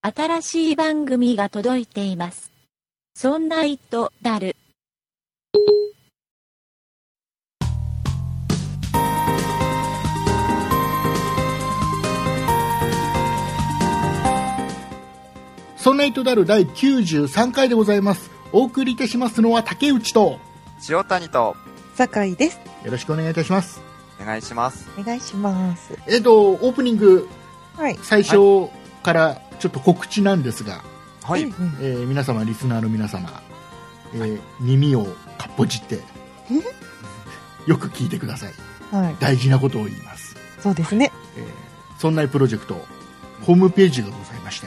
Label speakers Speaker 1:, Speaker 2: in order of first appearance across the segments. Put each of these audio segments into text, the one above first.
Speaker 1: 新しい番組が届いています。そんな糸だる。
Speaker 2: そんな糸である第93回でございます。お送りいたしますのは竹内と、
Speaker 3: 塩谷と
Speaker 4: 酒井です。
Speaker 2: よろしくお願いいたします。
Speaker 3: お願いします。
Speaker 4: お願いします。
Speaker 2: えっ、と、オープニング
Speaker 4: はい。
Speaker 2: 最初からちょっと告知なんですが、
Speaker 3: は
Speaker 4: う
Speaker 3: い
Speaker 4: ん。うん
Speaker 2: えー皆様、リスナーの皆様、えー耳をかっぽじって、よく聞いてください。
Speaker 4: はい。
Speaker 2: 大事なことを言います。
Speaker 4: そうですね。
Speaker 2: えーそんなプロジェクト、ホームページがございまして、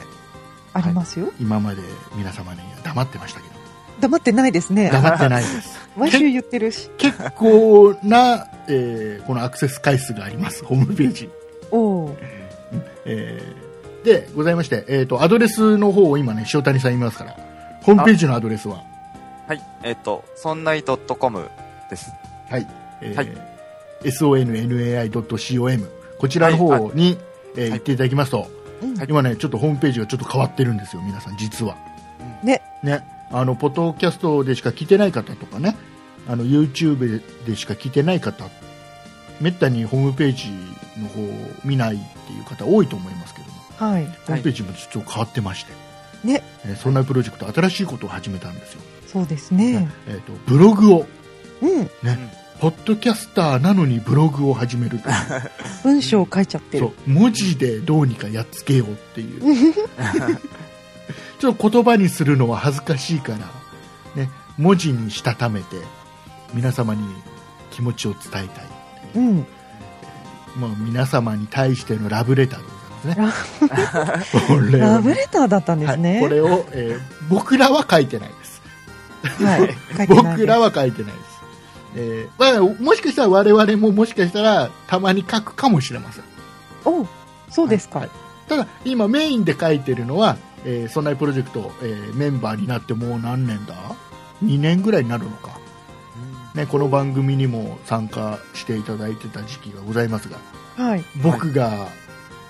Speaker 4: ありますよ。
Speaker 2: 今まで皆様には黙ってましたけど、
Speaker 4: 黙ってないですね。
Speaker 2: 黙ってないです。
Speaker 4: 毎週言ってるし。
Speaker 2: 結構な、 えーこのアクセス回数があります、ホームページ。
Speaker 4: おお。
Speaker 2: えーで、ございまして、えっ、と、アドレスの方を今ね、塩谷さん言いますから、ホームページのアドレスは、
Speaker 3: はい。えっ、と、そんない .com です。
Speaker 2: はい、えー
Speaker 3: はい
Speaker 2: sonnai.com、こちらの方に、えー
Speaker 3: はい
Speaker 2: 行っていただきますと、
Speaker 4: うん
Speaker 2: 今ね、ちょっとホームページがちょっと変わってるんですよ、皆さん、実は。
Speaker 4: ね。
Speaker 2: ね、あの、ポッドキャストでしか聞いてない方とかね、あの、YouTube でしか聞いてない方、めったにホームページの方を見ないっていう方多いと思いますけども、
Speaker 4: はい。
Speaker 2: ホームページもちょっと変わってまして、
Speaker 4: ね。
Speaker 2: えーそんなプロジェクト、新しいことを始めたんですよ。
Speaker 4: そうですね
Speaker 2: ね。えーと、ブログを、
Speaker 4: うん。
Speaker 2: ポッドキャスターなのにブログを始める という
Speaker 4: 文章を書いちゃって
Speaker 2: そ
Speaker 4: る
Speaker 2: う。文字でどうにかやっつけようっていう ちょっと言葉にするのは恥ずかしいから、ね、文字にしたためて皆様に気持ちを伝えたいって
Speaker 4: う
Speaker 2: い
Speaker 4: ん。
Speaker 2: う、まあ、皆様に対してのラブレターでござい ますねこれを
Speaker 4: ラブレターだったんです
Speaker 2: は
Speaker 4: ね。
Speaker 2: いこれを、えー僕らは書いてないです
Speaker 4: はい。書いてないです
Speaker 2: 僕らは書いてないです、えーまあ、もしかしたら我々ももしかしたらたまに書くかもしれません
Speaker 4: おうそうですか。
Speaker 2: はいただ今メインで書いてるのは、えー、そんなプロジェクト、えーメンバーになってもう何年だ2年ぐらいになるのか、ね、この番組にも参加していただいてた時期がございますが
Speaker 4: はい。
Speaker 2: 僕が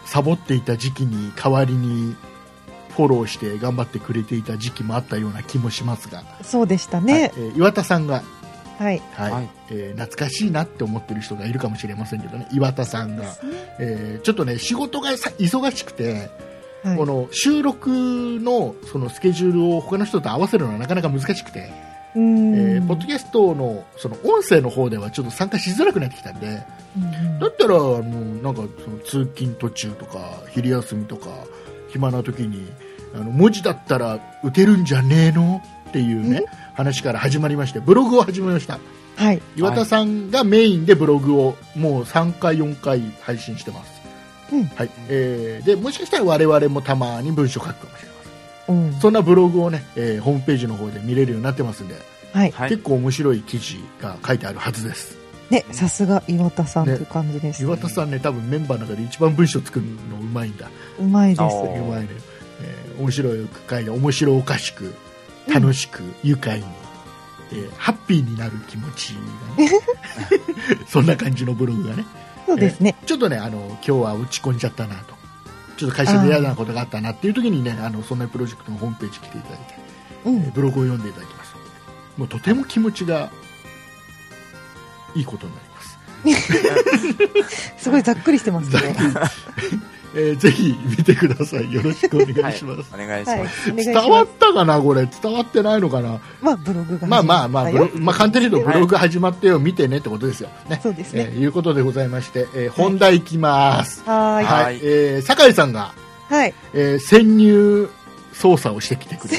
Speaker 2: サボっていた時期に代わりにフォローして頑張ってくれていた時期もあったような気もしますが、
Speaker 4: そうでした
Speaker 2: はい
Speaker 4: ね。
Speaker 2: えー岩田さんが、
Speaker 4: はい。
Speaker 2: はい
Speaker 3: はい
Speaker 2: えー懐かしいなって思ってる人がいるかもしれませんけどね岩田さんが、えーちょっとね仕事がさ忙しくて
Speaker 4: はい
Speaker 2: この収録のそのスケジュールを他の人と合わせるのはなかなか難しくて、
Speaker 4: う
Speaker 2: えー
Speaker 4: ん。
Speaker 2: ポッドキャストのその音声の方ではちょっと参加しづらくなってきたんで
Speaker 4: うん
Speaker 2: だったらあのなんかその通勤途中とか昼休みとか暇な時にあの文字だったら打てるんじゃねえのっていうね話から始まりましてブログを始めました
Speaker 4: はい。
Speaker 2: 岩田さんがメインでブログをもう3回、4回配信してます、
Speaker 4: うん
Speaker 2: はいえーでもしかしたら我々もたまに文章書くかもしれません
Speaker 4: うん。
Speaker 2: そんなブログをね、えーホームページの方で見れるようになってますんで、
Speaker 4: はい。
Speaker 3: はい。
Speaker 2: 結構面白い記事が書いてあるはずです
Speaker 4: ね、さすが岩田さんという感じです。
Speaker 2: 岩田さんね多分メンバーの中で一番文章作るのうまいんだ
Speaker 4: うまいです。
Speaker 2: う
Speaker 3: おー
Speaker 2: まいね、えー面白い書いて面白おかしく楽しく、愉快に、えーハッピーになる気持ちが ねそんな感じのブログがね
Speaker 4: そうですね。
Speaker 2: ちょっとね、あの、今日は落ち込んじゃったなと。ちょっと会社で嫌なことがあったなっていう時にね、あの、そんなプロジェクトのホームページ来ていただいて、
Speaker 4: う
Speaker 2: えー
Speaker 4: ん。
Speaker 2: ブログを読んでいただきます。もうとても気持ちが、いいことになります。
Speaker 4: すごいざっくりしてますね。
Speaker 2: えーぜひ見てください。よろしくお願いします。
Speaker 3: お願いし
Speaker 4: はい。
Speaker 3: ま
Speaker 4: お願い
Speaker 3: す。
Speaker 4: し
Speaker 2: 伝わ
Speaker 4: ま
Speaker 2: っ
Speaker 4: す。
Speaker 2: たかなこれ。伝わってないのかな
Speaker 4: まあ、ブログが。
Speaker 2: まあまあまあ、ブロまあ、簡単に言うとブログ始まってよ、見てねってことですよ。ね。
Speaker 4: そうです
Speaker 2: え
Speaker 4: ね。
Speaker 2: ーいうことでございまして、えー本題いきます。
Speaker 4: はーい。
Speaker 3: はい
Speaker 2: はい。えー酒井さんが、
Speaker 4: はい。
Speaker 2: えー潜入捜査をしてきてくれ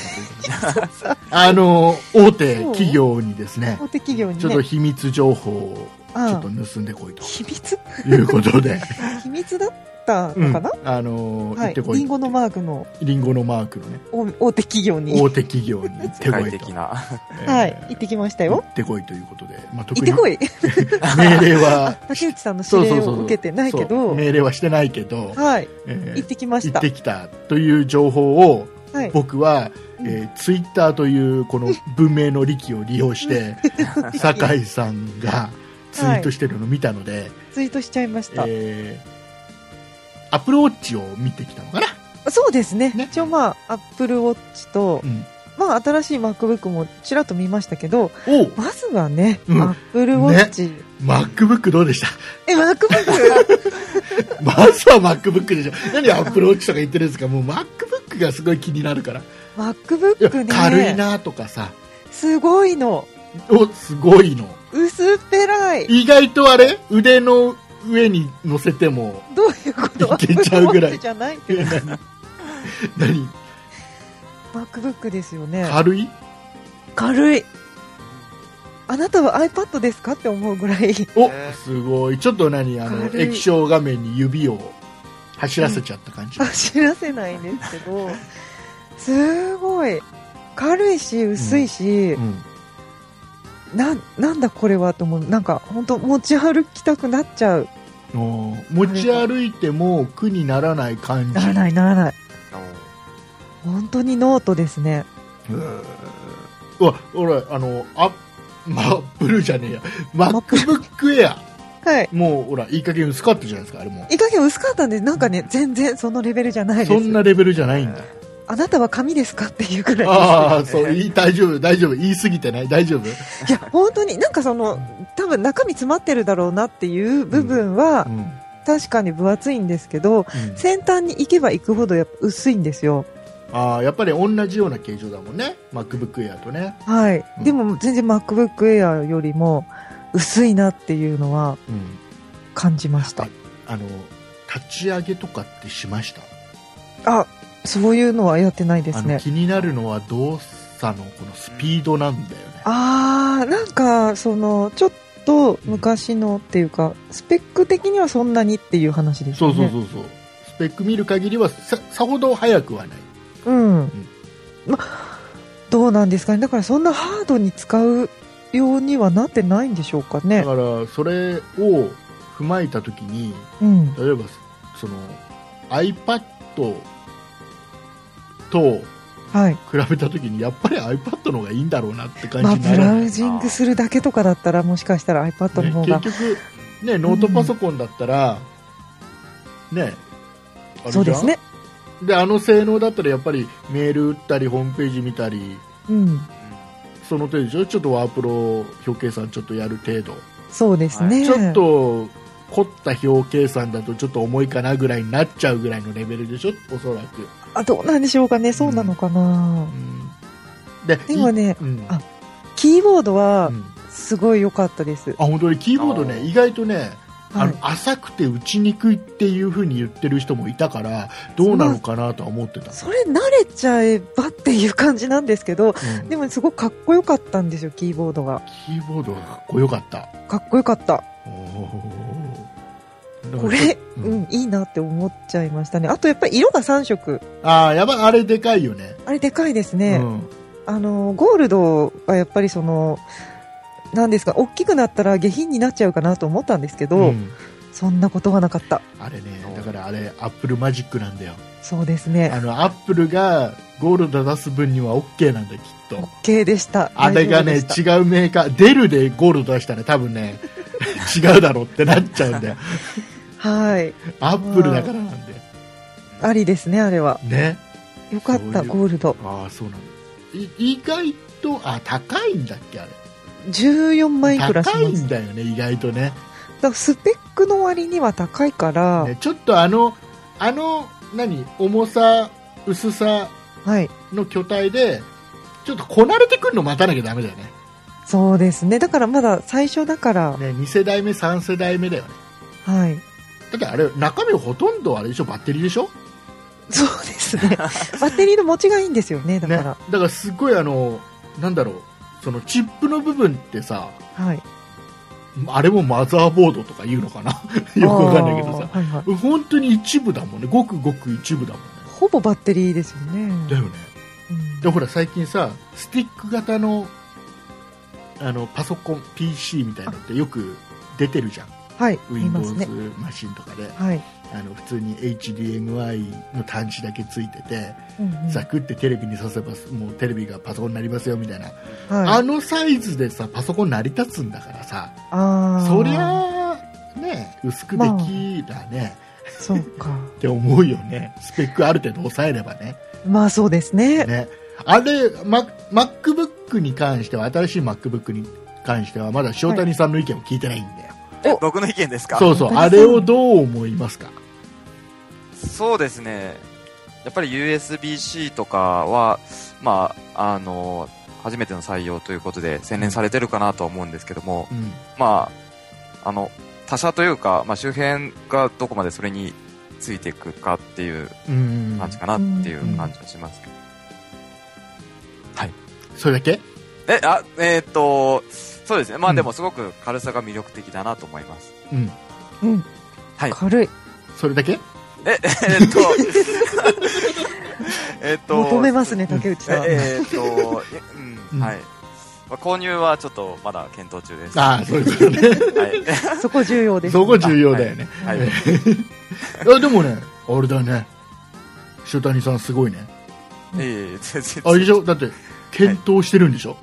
Speaker 2: たという ことであの大手企業にですね
Speaker 4: 大手企業に
Speaker 2: ちょっと
Speaker 4: ね。
Speaker 2: 秘密情報をち
Speaker 4: あ
Speaker 2: ょ
Speaker 4: あ
Speaker 2: っと盗んでこいと
Speaker 4: 秘密
Speaker 2: いうことで、
Speaker 4: 秘密だったの かな
Speaker 2: うんあの
Speaker 4: は
Speaker 2: 行っ
Speaker 4: い。
Speaker 2: てこい
Speaker 4: リンゴのマークの
Speaker 2: リンゴのマークのね
Speaker 4: 大大手企業に。
Speaker 2: 大手企業に行って
Speaker 3: 世
Speaker 2: こ
Speaker 3: 界
Speaker 2: いと
Speaker 3: 的、な。
Speaker 2: えー
Speaker 4: はい。行ってきました
Speaker 2: 行
Speaker 4: よ。
Speaker 2: ってこいということで、まあ、特
Speaker 4: 行
Speaker 2: に
Speaker 4: ってこい。
Speaker 2: 命令は
Speaker 4: 竹内さんの指令を受けて ないけ
Speaker 2: そう
Speaker 4: ど、
Speaker 2: 命令はしてないけど、
Speaker 4: はい。
Speaker 2: えー
Speaker 4: 行ってきまし
Speaker 2: 行
Speaker 4: た
Speaker 2: っ。てきたという情報を
Speaker 4: はい。
Speaker 2: 僕は、え
Speaker 4: うん
Speaker 2: ーツイッターというこの文明の利器を利用 して酒井さんがツイートしてるのを見たので、
Speaker 4: ツイートしちゃいました。
Speaker 2: えーアプローチを見てきたのかな
Speaker 4: そうですね。
Speaker 2: ね
Speaker 4: 一応まあ、Apple Watch と、
Speaker 2: うん
Speaker 4: まあ、新しい MacBook もちらっと見ましたけど、
Speaker 2: お う
Speaker 4: まずはね、
Speaker 2: うん
Speaker 4: Apple Watch。
Speaker 2: MacBook どうでした
Speaker 4: え、MacBook!
Speaker 2: まずは MacBook でしょ何 Apple Watch とか言ってるんですかもう MacBook がすごい気になるからい
Speaker 4: MacBook
Speaker 2: や
Speaker 4: ね。
Speaker 2: 軽いなとかさ
Speaker 4: すごいの。
Speaker 2: おすごいの
Speaker 4: 薄っぺらい。
Speaker 2: 意外とあれ腕の上に乗せても
Speaker 4: どういうこと
Speaker 2: いけちゃうぐらい
Speaker 4: Apple Watch じゃない
Speaker 2: え何何
Speaker 4: MacBook ですよね。
Speaker 2: 軽い
Speaker 4: 軽い。あなたは iPad ですかって思うぐらい。
Speaker 2: お
Speaker 3: ね
Speaker 2: すごいちょっと何あの
Speaker 4: 軽い
Speaker 2: 液晶画面に指を走らせちゃった感じ、
Speaker 4: 走らせないんですけど、すごい。軽いし、薄いし、
Speaker 2: うん
Speaker 4: なん、なんだこれはと思う。なんか、本当持ち歩きたくなっちゃう。
Speaker 2: おー持ち歩いても苦にならない感じ
Speaker 4: ならない、ならない。
Speaker 3: あの
Speaker 4: 本当にノートですね。
Speaker 2: うーうわ俺あのアッマップルじゃねえや MacBook Air
Speaker 4: はい。
Speaker 2: もうほらいい加減薄かったじゃないですかあれも
Speaker 4: いい加減薄かったんです。なんかね、全然そのレベルじゃないです。
Speaker 2: そんなレベルじゃないんだ
Speaker 4: あなたは紙ですかっていうくらいです。
Speaker 2: ああそういい大丈夫大丈夫言い過ぎてない大丈夫
Speaker 4: いや、本当に、なんかその、多分中身詰まってるだろうなっていう部分は、
Speaker 2: うん、うん
Speaker 4: 確かに分厚いんですけど、先端に行けば行くほどやっぱ薄いんですよ。
Speaker 2: ああやっぱり同じような形状だもんね MacBook Air とね、
Speaker 4: はい。
Speaker 2: うん
Speaker 4: でも全然 MacBook Air よりも薄いなっていうのは
Speaker 2: うん、
Speaker 4: 感じました
Speaker 2: あ。あの立ち上げとかってしました
Speaker 4: あ、そういうのはやってないで
Speaker 2: あ
Speaker 4: す
Speaker 2: の
Speaker 4: ね。
Speaker 2: 気になるのは動作のこのスピードなんだよね
Speaker 4: あー、なんか、その、ちょっと昔のっていうか、スペック的にはそんなにっていう話です
Speaker 2: そ
Speaker 4: よ
Speaker 2: う
Speaker 4: ね。
Speaker 2: そうそうそう、スペック見る限りはささほど速くはない
Speaker 4: うん。ま、どうなんですかね。だからそんなハードに使うようにはなってないんでしょうか
Speaker 2: だ
Speaker 4: ね。
Speaker 2: からそれを踏まえた時に
Speaker 4: うん。
Speaker 2: 例えばその iPad と
Speaker 4: はい。
Speaker 2: 比べた時にやっぱり iPad の方がいいんだろうなって感
Speaker 4: まあ、
Speaker 2: じにな
Speaker 4: ブ
Speaker 2: る、
Speaker 4: ラウジングするだけとかだったら、もしかしたら iPad の方
Speaker 2: ね
Speaker 4: が。
Speaker 2: 結局、ね、ノートパソコンだったら、ねあれじゃん
Speaker 4: そうですね。
Speaker 2: であの性能だったらやっぱりメール打ったりホームページ見たり
Speaker 4: うん。
Speaker 2: その程度でしょちょっとワープロ表計算ちょっとやる程度、
Speaker 4: そうですね。
Speaker 2: ちょっ。と凝った表計算だとちょっと重いかなぐらいになっちゃうぐらいのレベルでしょおそらく、
Speaker 4: あ、どうなんでしょうかね。そうなのかな
Speaker 2: う。ん、で
Speaker 4: でもね
Speaker 2: いうん
Speaker 4: あキーボード
Speaker 2: う
Speaker 4: は、
Speaker 2: ん
Speaker 4: すごい良かったです。
Speaker 2: あ本当にキーボード
Speaker 3: あ
Speaker 2: ね
Speaker 3: ー
Speaker 2: 意外とねあ
Speaker 4: は
Speaker 2: の
Speaker 4: い。
Speaker 2: 浅くて打ちにくいっていう風に言ってる人もいたからどうなのかなとは思ってた、
Speaker 4: それ慣れちゃえばっていう感じなんですけど、
Speaker 2: うん
Speaker 4: でもすごくかっこよかったんですよ、キーボードが。
Speaker 2: キーボードがかっこよかった
Speaker 4: かっこよかった。
Speaker 2: おー
Speaker 4: これ、
Speaker 2: う
Speaker 4: うんん、いいなって思っちゃいましたね。あとやっぱり色が3色。
Speaker 2: ああやばいあれでかいよね
Speaker 4: あれでかいですね。
Speaker 2: うん
Speaker 4: あの、ゴールドはやっぱりその、なんですか、大きくなったら下品になっちゃうかなと思ったんですけど、
Speaker 2: うん
Speaker 4: そんなことはなかった。
Speaker 2: あれねだからあれアップルマジックなんだよ
Speaker 4: そうですね。
Speaker 2: あの、アップルがゴールド出す分には OK なんだよ、きっと。
Speaker 4: OK でした。
Speaker 2: あれがね、違
Speaker 4: 大丈夫でし
Speaker 2: うメーカー、デルでゴールド出したら多分ね、違うだろうってなっちゃうん だよ。
Speaker 4: たはい。
Speaker 2: アップルだからなんで。
Speaker 4: ありですね、あれは。
Speaker 2: ね。
Speaker 4: よかっ
Speaker 2: そう
Speaker 4: た、
Speaker 2: いう
Speaker 4: ゴールド。
Speaker 2: ああ、そうなんだ。い意外と、あ、高いんだっけ、あれ。
Speaker 4: 14万いくらし
Speaker 2: 高い
Speaker 4: ます。
Speaker 2: んだよね、意外とね。
Speaker 4: だからスペックの割には高いから、
Speaker 2: ねちょっとあの、あの、何、重さ、薄さ
Speaker 4: はい。
Speaker 2: の巨体で、ちょっとこなれてくるの待たなきゃダメだよね。
Speaker 4: そうですね。だからまだ最初だから、
Speaker 2: ね、2世代目、3世代目だよね。
Speaker 4: はい。
Speaker 2: だってあれ、中身ほとんどあれでしょ、バッテリーでしょ
Speaker 4: そうですね。バッテリーの持ちがいいんですよね、だ
Speaker 2: ね、
Speaker 4: か
Speaker 2: だ
Speaker 4: ら。
Speaker 2: からすごいあのなんだろうそのチップの部分ってさ
Speaker 4: はい。
Speaker 2: あれもマザーボードとか言うのかな よくわかんないけど
Speaker 4: あ
Speaker 2: さ
Speaker 4: ーはいはい。
Speaker 2: 本当に一部だもんねごくごく一部だもんね
Speaker 4: ほぼバッテリーですよね。
Speaker 2: だよね
Speaker 4: うん
Speaker 2: でほら最近さスティック型のあのパソコン PC みたいなのってよく出てるじゃん
Speaker 4: はい。見ます
Speaker 2: Windows
Speaker 4: ね。
Speaker 2: マシンとかで、
Speaker 4: はい。
Speaker 2: あの普通に HDMI の端子だけついてて、
Speaker 4: うんうん
Speaker 2: ザクってテレビに挿せばもうテレビがパソコンになりますよみたいな
Speaker 4: は
Speaker 2: あ
Speaker 4: い。
Speaker 2: のサイズでさパソコン成り立つんだからさ
Speaker 4: あー
Speaker 2: そりゃあね薄くできらね、
Speaker 4: そうか。
Speaker 2: て思うよね。スペックある程度抑えればね。
Speaker 4: まあそうですね。
Speaker 2: ね。あれ、マ MacBook に関しては、新しい MacBook に関しては、まだ塩谷さんの意見を聞いてないんだよ。
Speaker 3: え僕の意見ですか
Speaker 2: そうそう。あ
Speaker 4: 本当に
Speaker 2: れ
Speaker 4: そう
Speaker 2: をどう思いますか
Speaker 3: そうですね。やっぱり USB-C とかは、まあ、あの、初めての採用ということで洗練されてるかなとは思うんですけども、
Speaker 2: うん。
Speaker 3: まあ、あの、他社というか、まあ、周辺がどこまでそれについていくかっていう
Speaker 2: うん
Speaker 3: 感じかなっていう感じがしますけど。
Speaker 2: それだけ
Speaker 3: え、あ、えーっと、そうですね。ま
Speaker 2: う
Speaker 3: あ
Speaker 2: ん
Speaker 3: でもすごく軽さが魅力的だなと思います。
Speaker 2: うん。
Speaker 4: うん。
Speaker 3: はい
Speaker 4: 軽い。
Speaker 2: それだけ
Speaker 3: え、えー っと、えーっと、
Speaker 4: 求めますね、竹内さん。
Speaker 3: ええーっと、えう
Speaker 2: うん
Speaker 3: ん、はい。まあ、購入はちょっとまだ検討中です。
Speaker 2: ああ、そういうことね。
Speaker 3: はい。
Speaker 4: そこ重要で す。
Speaker 2: そこ重要だよね。
Speaker 3: はい。
Speaker 2: あでもね、あれだね。塩谷さんすごいね。
Speaker 3: ええ、全然。
Speaker 2: あれでしょだって、検討してるんでしょ、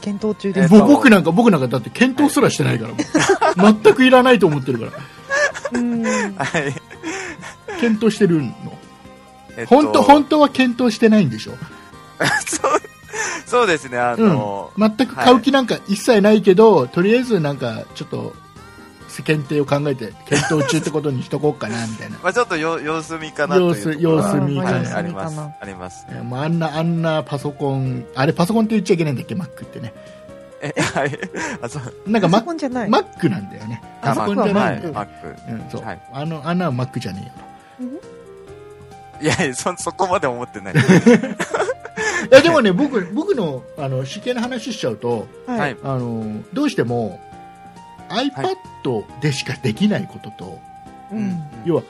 Speaker 4: 検討中
Speaker 3: え
Speaker 4: で
Speaker 3: っ
Speaker 4: す。
Speaker 3: と
Speaker 2: 僕なんか、僕なんかだって検討すらしてないから、も う全くいらないと思ってるから。
Speaker 4: うん。
Speaker 3: はい。
Speaker 2: 検討してるの。
Speaker 3: えっと
Speaker 2: 本当、本当は検討してないんでしょ
Speaker 3: そう、そうですね、あの、。
Speaker 2: 全く買う気なんか一切ないけど、とりあえずなんか、ちょっと、世間体を考えて、検討中ってことにしとこうかな、みたいな
Speaker 3: まあちょっとよ様子見かなというところ
Speaker 2: 様
Speaker 3: は
Speaker 2: 子見
Speaker 3: は
Speaker 2: かな
Speaker 3: はい、ありま
Speaker 4: 様子見
Speaker 3: す
Speaker 4: かな。
Speaker 3: あります。
Speaker 2: えーまあ、あんな、あんなパソコン、あれパソコンって言っちゃいけないんだっけ、Mac ってね。
Speaker 3: え、はい。あ、そう。
Speaker 2: なんか
Speaker 4: パソ
Speaker 2: Mac
Speaker 4: コンじゃない。
Speaker 2: Mac なんだよね。パ
Speaker 4: あ
Speaker 2: ソコンじゃないんだよ。
Speaker 3: マック。
Speaker 2: うん、そう。
Speaker 3: はい
Speaker 2: あの、あんなは Mac じゃねえよ。
Speaker 3: いやいや、そ、そこまで思ってない。
Speaker 2: いやでもね、僕僕のあの私見の話しちゃうと
Speaker 3: は
Speaker 4: はいい。。
Speaker 2: あの、どうしても iPad でしかできないことと、
Speaker 4: う。
Speaker 3: うん
Speaker 2: 要は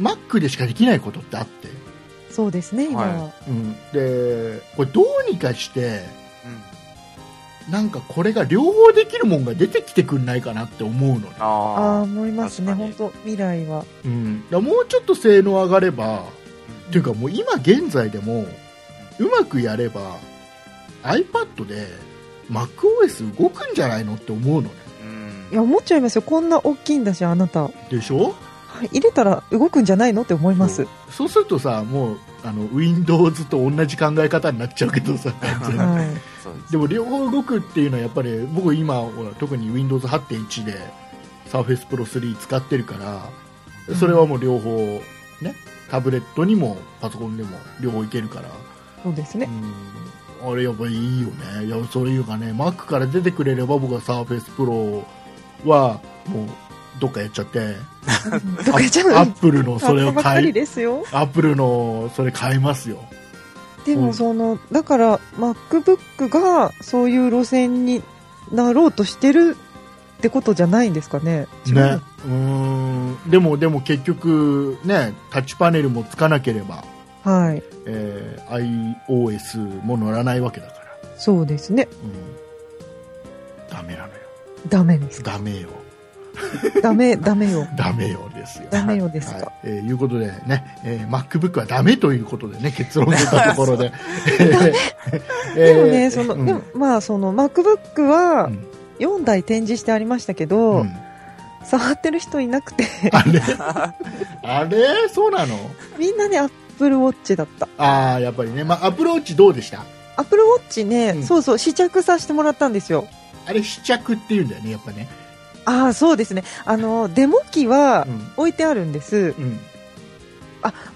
Speaker 2: Mac でしかできないことってあって、
Speaker 4: そうですね、今は。
Speaker 2: うん、でこれどうにかして、
Speaker 3: うん
Speaker 2: なんかこれが両方できるもんが出てきてくんないかなって思うのね、
Speaker 4: ああ、
Speaker 3: あ
Speaker 4: 思いますね、
Speaker 3: 確か
Speaker 4: 本
Speaker 3: に
Speaker 4: 当未来は。
Speaker 2: うん、だからもうちょっと性能上がれば、っていうかもう今現在でもうまくやれば iPad で MacOS 動くんじゃないのって思うのね
Speaker 3: あ。うん
Speaker 4: いや、思っちゃいますよ。こんな大きいんだし、あなた。は
Speaker 2: でしょ
Speaker 4: い入れたら動くんじゃないのって思います。
Speaker 2: そうするとさもうあの Windows と同じ考え方になっちゃうけど さ完全に
Speaker 4: はい。
Speaker 3: そうです。
Speaker 2: でも両方動くっていうのはやっぱり僕今ほら特に Windows8.1 で SurfacePro3 使ってるからそれはもう両方ねタブレットにもパソコンでも両方いけるから
Speaker 4: そうですね。
Speaker 2: うんあれやっぱいいよねいやそういうかね Mac から出てくれれば僕は SurfacePro はもうどっかやっちゃって
Speaker 4: どけちゃう
Speaker 2: アップルのそ れを
Speaker 4: ばっか
Speaker 2: 買
Speaker 4: り
Speaker 2: い
Speaker 4: ですよ。
Speaker 2: アップルのそれ買いますよ
Speaker 4: で
Speaker 2: うん
Speaker 4: も、その、だから、MacBook がそういう路線になろうとしてるってことじゃないんですかね。違う
Speaker 2: ね、うーんでもでも結局ねタッチパネルもつかなければ、
Speaker 4: はい。
Speaker 2: えー iOS も乗らないわけだから、
Speaker 4: そうですね。
Speaker 2: うん、ダメなのよ
Speaker 4: ダ メですか。
Speaker 2: ダメよ
Speaker 4: ダメ、ダメよ。
Speaker 2: ダメよですよ
Speaker 4: ダメよですか。
Speaker 2: はいえーいうことでね、えー MacBook はダメということでね結論出たところ で
Speaker 4: でもね、その、
Speaker 2: うん
Speaker 4: でも、まあ、その、
Speaker 2: う
Speaker 4: MacBook は
Speaker 2: ん
Speaker 4: 4台展示してありましたけ
Speaker 2: う
Speaker 4: ど、
Speaker 2: ん
Speaker 4: 触ってる人いなくて、
Speaker 2: あれあれそうなの
Speaker 4: みんなね、Apple Watch だった。
Speaker 2: ああやっぱりね、まあ、アプローチどうでした
Speaker 4: アップルウォッチね、
Speaker 2: うん
Speaker 4: そうそう、試着させてもらったんですよ。
Speaker 2: あれ試着っていうんだよねやっぱね
Speaker 4: ああ、そうですね。あの、デモ機は
Speaker 2: うん
Speaker 4: 置いてあるんです。
Speaker 2: うん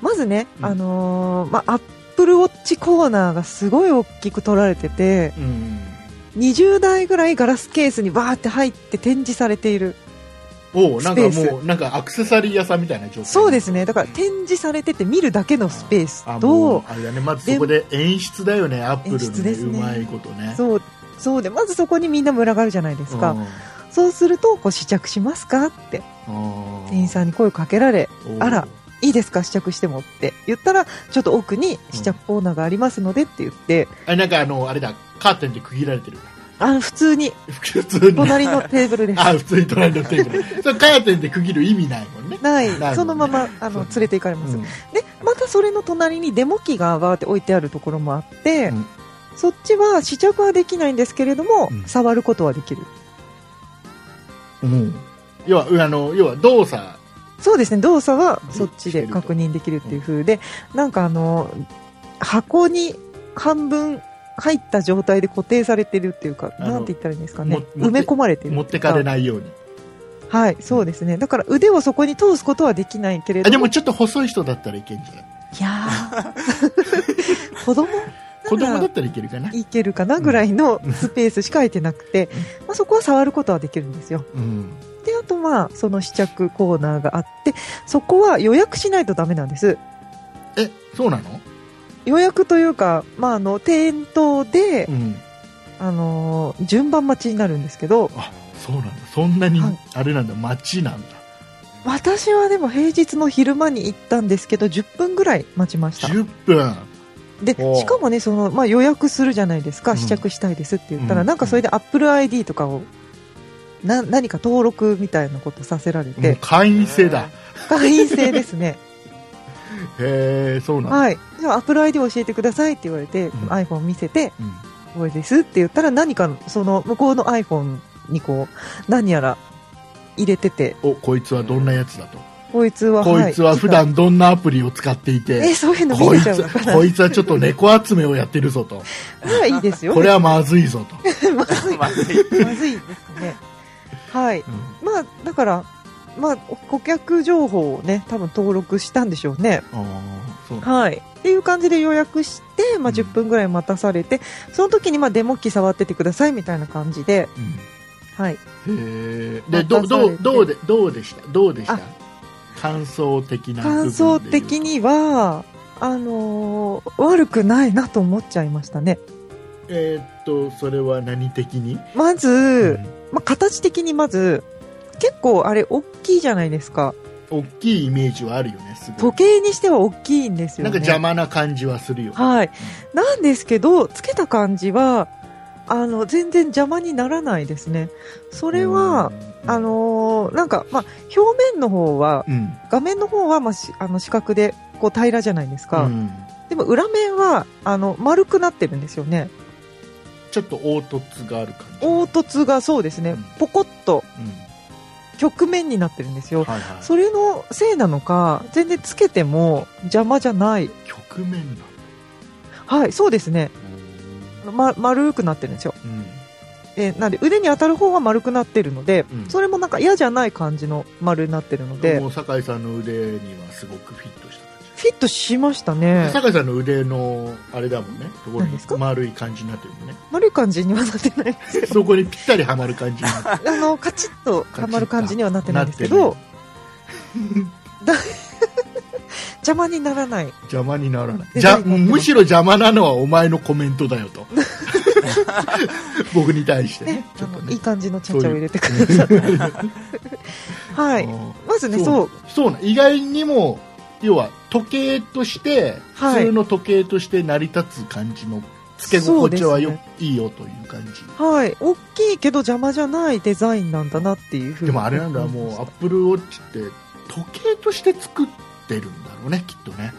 Speaker 4: まずね、
Speaker 2: うん
Speaker 4: あのーまあ、アップルウォッチコーナーがすごい大きく取られてて、
Speaker 2: うん
Speaker 4: 20台ぐらいガラスケースにバーって入って展示されている。
Speaker 2: おうなんか
Speaker 4: スペ
Speaker 2: もうなんかアクセサリー屋さんみたいな状態
Speaker 4: そうですね。だから展示されてて見るだけのスペース
Speaker 2: あもう
Speaker 4: と、
Speaker 2: あれだねまずそこで演出だよねアップル
Speaker 4: 演
Speaker 2: の
Speaker 4: 出
Speaker 2: ね
Speaker 4: です
Speaker 2: う
Speaker 4: ね
Speaker 2: まいことね
Speaker 4: そう、そうで、まずそこにみんな群がるじゃないですか。
Speaker 2: ん
Speaker 4: そうすると、こう試着しますかって、
Speaker 2: うん
Speaker 4: 店員さんに声をかけられ、
Speaker 2: おう
Speaker 4: あらいいですか試着してもって言ったら、ちょっと奥に試着コーナーがありますのでって言って、
Speaker 2: あれなんかあのあれだカーテンで区切られてる
Speaker 4: あの、普通に、
Speaker 2: 普通 に
Speaker 4: 隣のテーブルです。
Speaker 2: あ普通に取られてる それカーテンで区切る意味ないもんね
Speaker 4: ない
Speaker 2: なるほどね、
Speaker 4: そのまま、あ
Speaker 2: そ
Speaker 4: の、
Speaker 2: う
Speaker 4: 連れて行かれます。
Speaker 2: うん
Speaker 4: で、またそれの隣にデモ機がわーって置いてあるところもあって、
Speaker 2: うん
Speaker 4: そっちは試着はできないんですけれども、
Speaker 2: うん
Speaker 4: 触ることはできる。
Speaker 2: うん要はうんあの要は動作
Speaker 4: そうですね動作はそっち
Speaker 2: して
Speaker 4: で
Speaker 2: ると
Speaker 4: 確認できるっていう風で、なんかあの箱に半分入った状態で固定されてるっていうか
Speaker 2: あの
Speaker 4: なんて言ったらいいんですかね
Speaker 2: も持って
Speaker 4: 埋め込まれてるっていう
Speaker 2: 持ってかれ
Speaker 4: い
Speaker 2: ないように
Speaker 4: はいそうですねだから腕をそこに通すことはできないけれ
Speaker 2: あ
Speaker 4: ど
Speaker 2: でもちょっと細い人だったらいけんじゃない
Speaker 4: いや ー子供
Speaker 2: 子供
Speaker 4: な
Speaker 2: だ
Speaker 4: ら
Speaker 2: ったらいけるかない
Speaker 4: けるかなぐらいのスペースしか空いてなくて、まあ、そこは触ることはできるんですよ
Speaker 2: うん
Speaker 4: であとまあその試着コーナーがあってそこは予約しないとダメなんです
Speaker 2: えそうなの
Speaker 4: 予約というか、まあ、あの店頭で
Speaker 2: う、ん
Speaker 4: あのー順番待ちになるんですけど
Speaker 2: あそうなんだそんなに
Speaker 4: はい
Speaker 2: あれなんだ街なんだ
Speaker 4: 私はでも平日の昼間に行ったんですけど10分ぐらい待ちました
Speaker 2: 10分
Speaker 4: で
Speaker 2: おう
Speaker 4: しかもねその、まあ、予約するじゃないです
Speaker 2: う
Speaker 4: か
Speaker 2: ん
Speaker 4: 試着したいですって言ったら、
Speaker 2: うん
Speaker 4: なんかそれで AppleID とかをな何か登録みたいなことさせられ
Speaker 2: もう
Speaker 4: て
Speaker 2: 会員制だ
Speaker 4: 会員制ですね
Speaker 2: へえ そうなんだ、
Speaker 4: はいじゃあ AppleID 教えてくださいって言われて、
Speaker 2: ん
Speaker 4: iPhone 見せて
Speaker 2: うん
Speaker 4: これですって言ったら何かその向こうの iPhone にこう何やら入れてて
Speaker 2: おこいつはどんなやつだと、
Speaker 4: こいつは
Speaker 2: こいつは普
Speaker 4: い
Speaker 2: 段どんなアプリを使ってい
Speaker 4: え
Speaker 2: て、
Speaker 4: そういうの
Speaker 2: こ
Speaker 4: 見
Speaker 2: い
Speaker 4: えちゃう
Speaker 2: つ
Speaker 4: のかな
Speaker 2: こいつはちょっと猫集めをやってる ぞと
Speaker 4: これはいいですよ
Speaker 2: これはまずいぞと、
Speaker 4: まずいま
Speaker 3: まずい。
Speaker 4: ずいですねはい
Speaker 2: うん
Speaker 4: まあだからまあ顧客情報をね多分登録したんでしょうね
Speaker 2: あーそうなんだ
Speaker 4: はいっていう感じで予約して、まあ、10分ぐらい待たされて、その時にまあデモ機触っててくださいみたいな感じで、
Speaker 2: うん
Speaker 4: はい、
Speaker 2: へえ。で、
Speaker 4: 待
Speaker 2: ど
Speaker 4: た
Speaker 2: う、ど
Speaker 4: され
Speaker 2: う、
Speaker 4: て
Speaker 2: どうで、どうでしたどうでした
Speaker 4: あ
Speaker 2: 感想的な部分で言う
Speaker 4: 感想的。にはあのー悪くないなと思っちゃいましたね
Speaker 2: えーっと、それは何的に
Speaker 4: ま
Speaker 2: う
Speaker 4: ず、
Speaker 2: ん
Speaker 4: まあ、形的にまず結構あれ大きいじゃないですか
Speaker 2: 大きいイメージはあるよね、すごい
Speaker 4: 時。計にしては大きいんですよ
Speaker 2: なんか
Speaker 4: ね
Speaker 2: 邪魔な感じはするよね。
Speaker 4: はいなんですけどつけた感じはあの全然邪魔にならないですねそ
Speaker 2: こ
Speaker 4: れは、あ、のーなんか、まあ、表面の方は
Speaker 2: うん。
Speaker 4: 画面の方は、まあ、しあの四角でこう平らじゃないですか、
Speaker 2: うん
Speaker 4: でも裏面はあの丸くなってるんですよね
Speaker 2: ちょっと凹凸がある感じ。
Speaker 4: 凹凸がそうですね、
Speaker 2: うん
Speaker 4: ポコッと
Speaker 2: うん
Speaker 4: 曲面になってるんですよ
Speaker 2: はいはい。
Speaker 4: それのせいなのか全然つけても邪魔じゃない
Speaker 2: 局面なんだ。
Speaker 4: はいそうですね、ま、丸くなってるんですよ
Speaker 2: うん。
Speaker 4: えーなんで腕に当たる方は丸くなってるので、
Speaker 2: うん
Speaker 4: それもなんか嫌じゃない感じの丸になってるので
Speaker 2: もう、酒井さんの腕にはすごくフィットした感じ。
Speaker 4: フィットしましたね
Speaker 2: 酒井さんの腕の、あれだもんね。ところ
Speaker 4: 何
Speaker 2: に
Speaker 4: ですか
Speaker 2: 丸い感じになってるもんね。
Speaker 4: 丸い感じにはなってない
Speaker 2: そこにぴったりはまる感じになってる。
Speaker 4: あのカチッとはまる感じにはなってないんですけ
Speaker 2: なっ
Speaker 4: ど
Speaker 2: て
Speaker 4: だ邪魔にならない
Speaker 2: 邪魔にならない
Speaker 4: で
Speaker 2: じゃ
Speaker 4: 何
Speaker 2: むしろ邪魔なのはお前のコメントだよ と僕に対してね
Speaker 4: ね
Speaker 2: ちょっと
Speaker 4: あのい
Speaker 2: ね
Speaker 4: い感じのちゃちゃを入れてくださった はい
Speaker 2: うん
Speaker 4: まずね
Speaker 2: そうそ
Speaker 4: そう
Speaker 2: うなん意外にも要は時計として、
Speaker 4: はい
Speaker 2: 普通の時計として成り立つ感じの付け心地はよ、
Speaker 4: そうで
Speaker 2: いいよという感じ
Speaker 4: はい大きいけど邪魔じゃないデザインなんだなっていうふう
Speaker 2: で
Speaker 4: に
Speaker 2: もあれなんだ もうアップルウォッチって時計として作ってるんだろうねきっとね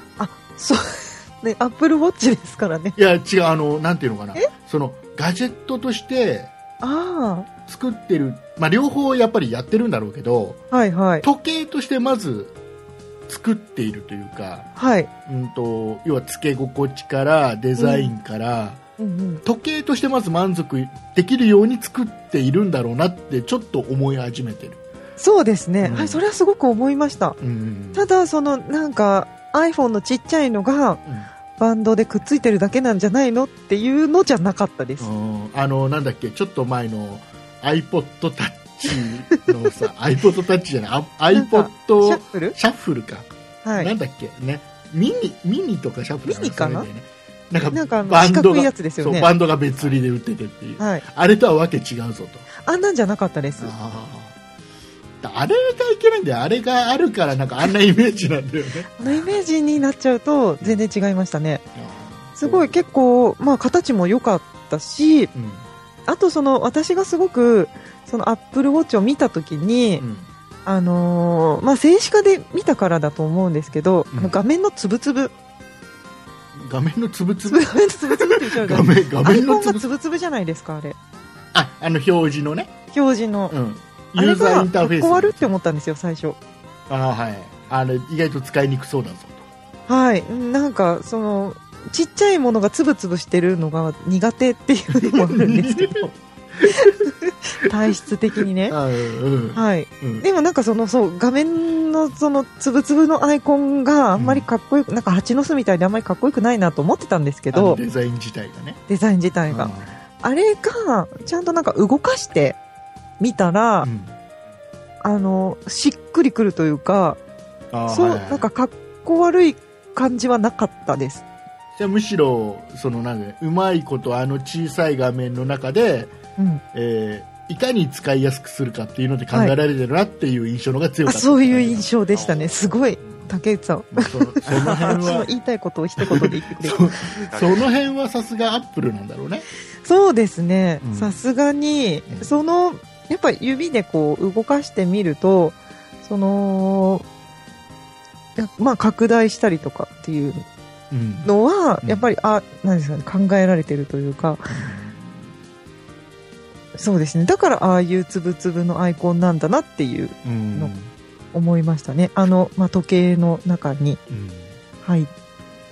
Speaker 4: そう ねアップルウォッチですからね
Speaker 2: いや違うあのなんていうのかな
Speaker 4: え
Speaker 2: そのガジェットとして
Speaker 4: あ
Speaker 2: 作ってる、まあ、両方やっぱりやってるんだろうけど、
Speaker 4: あはいはい
Speaker 2: 時計としてまず作っているというか、
Speaker 4: はい
Speaker 2: うん、と要はつけ心地からデザインから、
Speaker 4: うんうん
Speaker 2: 時計としてまず満足できるように作っているんだろうなってちょっと思い始めてる、
Speaker 4: そうですね、
Speaker 2: うん
Speaker 4: はい、それはすごく思いました。
Speaker 2: うん
Speaker 4: ただ、そのなんか iPhone のちっちゃいのがバンドでくっついてるだけなんじゃないのっていうのじゃなかったです。
Speaker 2: うんあのなんだっけちょっと前の iPodTouch の さ iPodTouch じゃないあ
Speaker 4: なんか
Speaker 2: iPod
Speaker 4: シャッフル
Speaker 2: シャッフルか、
Speaker 4: はい
Speaker 2: な。んだっけねミニミニとかシャッフル
Speaker 4: ミニかな
Speaker 2: それだよねなんか
Speaker 4: なんかあの
Speaker 2: バ
Speaker 4: 四
Speaker 2: ンド
Speaker 4: 角い
Speaker 2: が
Speaker 4: やつですよ
Speaker 2: そう
Speaker 4: ね。
Speaker 2: バンドが別売りで売っててっていう
Speaker 4: はい。
Speaker 2: あれとはわけ違うぞと。
Speaker 4: あんなんじゃなかったです。
Speaker 2: ああれがいけないんだよ。あれがあるから、なんかあんなイメージなんだよね。
Speaker 4: あのイメージになっちゃうと全然違いましたね。 すごい
Speaker 2: け
Speaker 4: 結構、まあ形も良かったし、
Speaker 2: うん。
Speaker 4: あとその私がすごくその Apple Watch を見た時に、
Speaker 2: うん。
Speaker 4: あのーまあ静止画で見たからだと思うんですけど、
Speaker 2: うん
Speaker 4: あの画面のつぶつぶ
Speaker 2: 画面のつぶつ
Speaker 4: つ
Speaker 2: ぶ
Speaker 4: ぶ。画面のつぶつぶって言っちゃうじゃ
Speaker 2: 画
Speaker 4: ん。
Speaker 2: 面、画
Speaker 4: アイ
Speaker 2: 面
Speaker 4: コ
Speaker 2: の
Speaker 4: ン
Speaker 2: つ
Speaker 4: が
Speaker 2: ぶつぶ。
Speaker 4: つぶつぶじゃないですか、あれ。
Speaker 2: あ、あの表示のね。
Speaker 4: 表示の。
Speaker 2: うん。
Speaker 4: あ
Speaker 2: ユー
Speaker 4: れ
Speaker 2: ザーイ
Speaker 4: が
Speaker 2: ンターフェース。
Speaker 4: 終わるって思ったんですよ、最初。
Speaker 2: あーはいあれ意外と使いにくそうだぞ
Speaker 4: はい、うんなんかそのちっちゃいものがつぶつぶしてるのが苦手っていうのもある んですけど体質的にね
Speaker 2: と あーうん
Speaker 4: はい
Speaker 2: うん
Speaker 4: でもなんかそのそう画面のそのつぶつぶのアイコンがあんまりかっこよく、なんか蜂の巣みたいであんまりかっこよくないなと思ってたんですけ
Speaker 2: あの
Speaker 4: ど
Speaker 2: デザイン自体がね
Speaker 4: デザイン自体が、あれがちゃんとなんか動かしてみたら、
Speaker 2: うんうん
Speaker 4: あのしっくりくるというか
Speaker 2: あー
Speaker 4: そう
Speaker 2: はいはい
Speaker 4: なんかかっこ悪い感じはなかったです
Speaker 2: じゃあむしろそのなんかうまいことあの小さい画面の中で、
Speaker 4: うん、
Speaker 2: えーいかに使いやすくするかっていうので考えられてるなっていう印象のが強か
Speaker 4: あ
Speaker 2: った、
Speaker 4: そういう印象でしたねすごい竹内さん
Speaker 2: まあそのその
Speaker 4: 私
Speaker 2: 辺
Speaker 4: の
Speaker 2: は
Speaker 4: 言いたいことを一言で言ってくれる
Speaker 2: その辺はさすがアップルなんだろうね
Speaker 4: そうですね
Speaker 2: うん
Speaker 4: さすがに
Speaker 2: うん
Speaker 4: そのやっぱり指でこう動かしてみるとそのいやまあ拡大したりとかっていう
Speaker 2: うん
Speaker 4: のは
Speaker 2: うん
Speaker 4: やっぱり、あなんですかね考えられてるというかそうですねだからああいうつぶつぶのアイコンなんだなっていう
Speaker 2: うん
Speaker 4: の思いましたねあの、まあ、時計の中に
Speaker 2: うん
Speaker 4: 入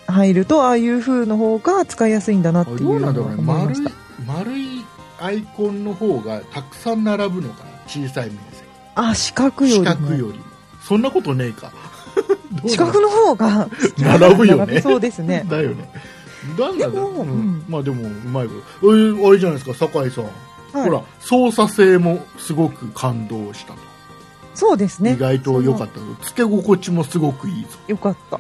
Speaker 4: 入るとああいう風の方が使いやすいんだなってい
Speaker 2: どう
Speaker 4: うの
Speaker 2: な
Speaker 4: を
Speaker 2: んだろうね
Speaker 4: 思いま
Speaker 2: 丸
Speaker 4: し
Speaker 2: い
Speaker 4: た
Speaker 2: 丸いアイコンの方がたくさん並ぶのかな小さい面
Speaker 4: あ四角
Speaker 2: 積
Speaker 4: より
Speaker 2: 四
Speaker 4: も
Speaker 2: 角よりもそんなことねえか どう
Speaker 4: 四
Speaker 2: なの
Speaker 4: 角の方が
Speaker 2: 並ぶよね
Speaker 4: 並びそうですね
Speaker 2: だよねなんだろう
Speaker 4: でも
Speaker 2: うん
Speaker 4: うん
Speaker 2: まあでもうまいことえーあれじゃないですか酒井さん、
Speaker 4: はい
Speaker 2: ほら操作性もすごく感動したと、
Speaker 4: そうですね
Speaker 2: 意外と良かったつけ心地もすごくいいぞ
Speaker 4: よかった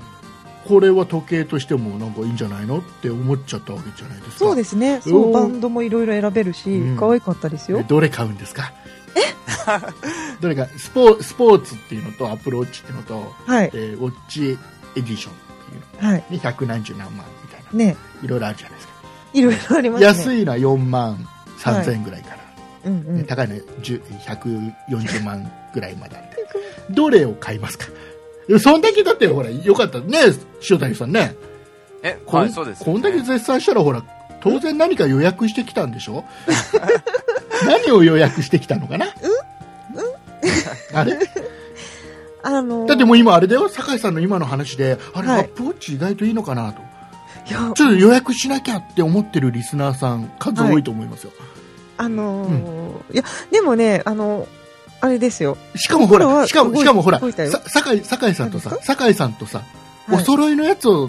Speaker 2: これは時計としてもなんかいいんじゃないのって思っちゃったわけじゃないですか
Speaker 4: そうですね
Speaker 2: う
Speaker 4: そ
Speaker 2: ん
Speaker 4: うバンドもいろいろ選べるし
Speaker 2: うん
Speaker 4: 可愛かったです
Speaker 2: え
Speaker 4: よ
Speaker 2: どれ買うんですか えどれかスポスポーツっていうのとアップルウォッチっていうのと、
Speaker 4: はい
Speaker 2: えーウォッチエディションっていう
Speaker 4: はい
Speaker 2: ので百何十何万みたいな
Speaker 4: ね
Speaker 2: いろいろあるじゃないですか、
Speaker 4: いろいろありますね
Speaker 2: 安いのは4万3000円ぐらいから、
Speaker 4: うんう
Speaker 2: ね
Speaker 4: ん
Speaker 2: 高いのは10 140万ぐらいまであ るどれを買いますかそんだけだってほらよかったね塩谷さんね
Speaker 3: え、
Speaker 2: こん,、
Speaker 3: はい、そうです、ね。
Speaker 2: こんだけ絶賛したらほら当然何か予約してきたんでし ょ何を予約してきたのかなあれ
Speaker 4: あのー
Speaker 2: だってもう今あれだよ酒井さんの今の話であれ、
Speaker 4: はい
Speaker 2: アップウォッチ意外といいのかなと
Speaker 4: いや
Speaker 2: ちょっと予約しなきゃって思ってるリスナーさん数多いと思いますよ、
Speaker 4: あのーいやでもねあのーあれですよ
Speaker 2: しかもほ
Speaker 4: ところ
Speaker 2: ら
Speaker 4: は
Speaker 2: しかも
Speaker 4: 動い
Speaker 2: しかもほら
Speaker 4: 動いたよ
Speaker 2: さ酒井酒井さんとさ
Speaker 4: 何
Speaker 2: 酒井さんとさ、
Speaker 4: はい
Speaker 2: お揃いのやつを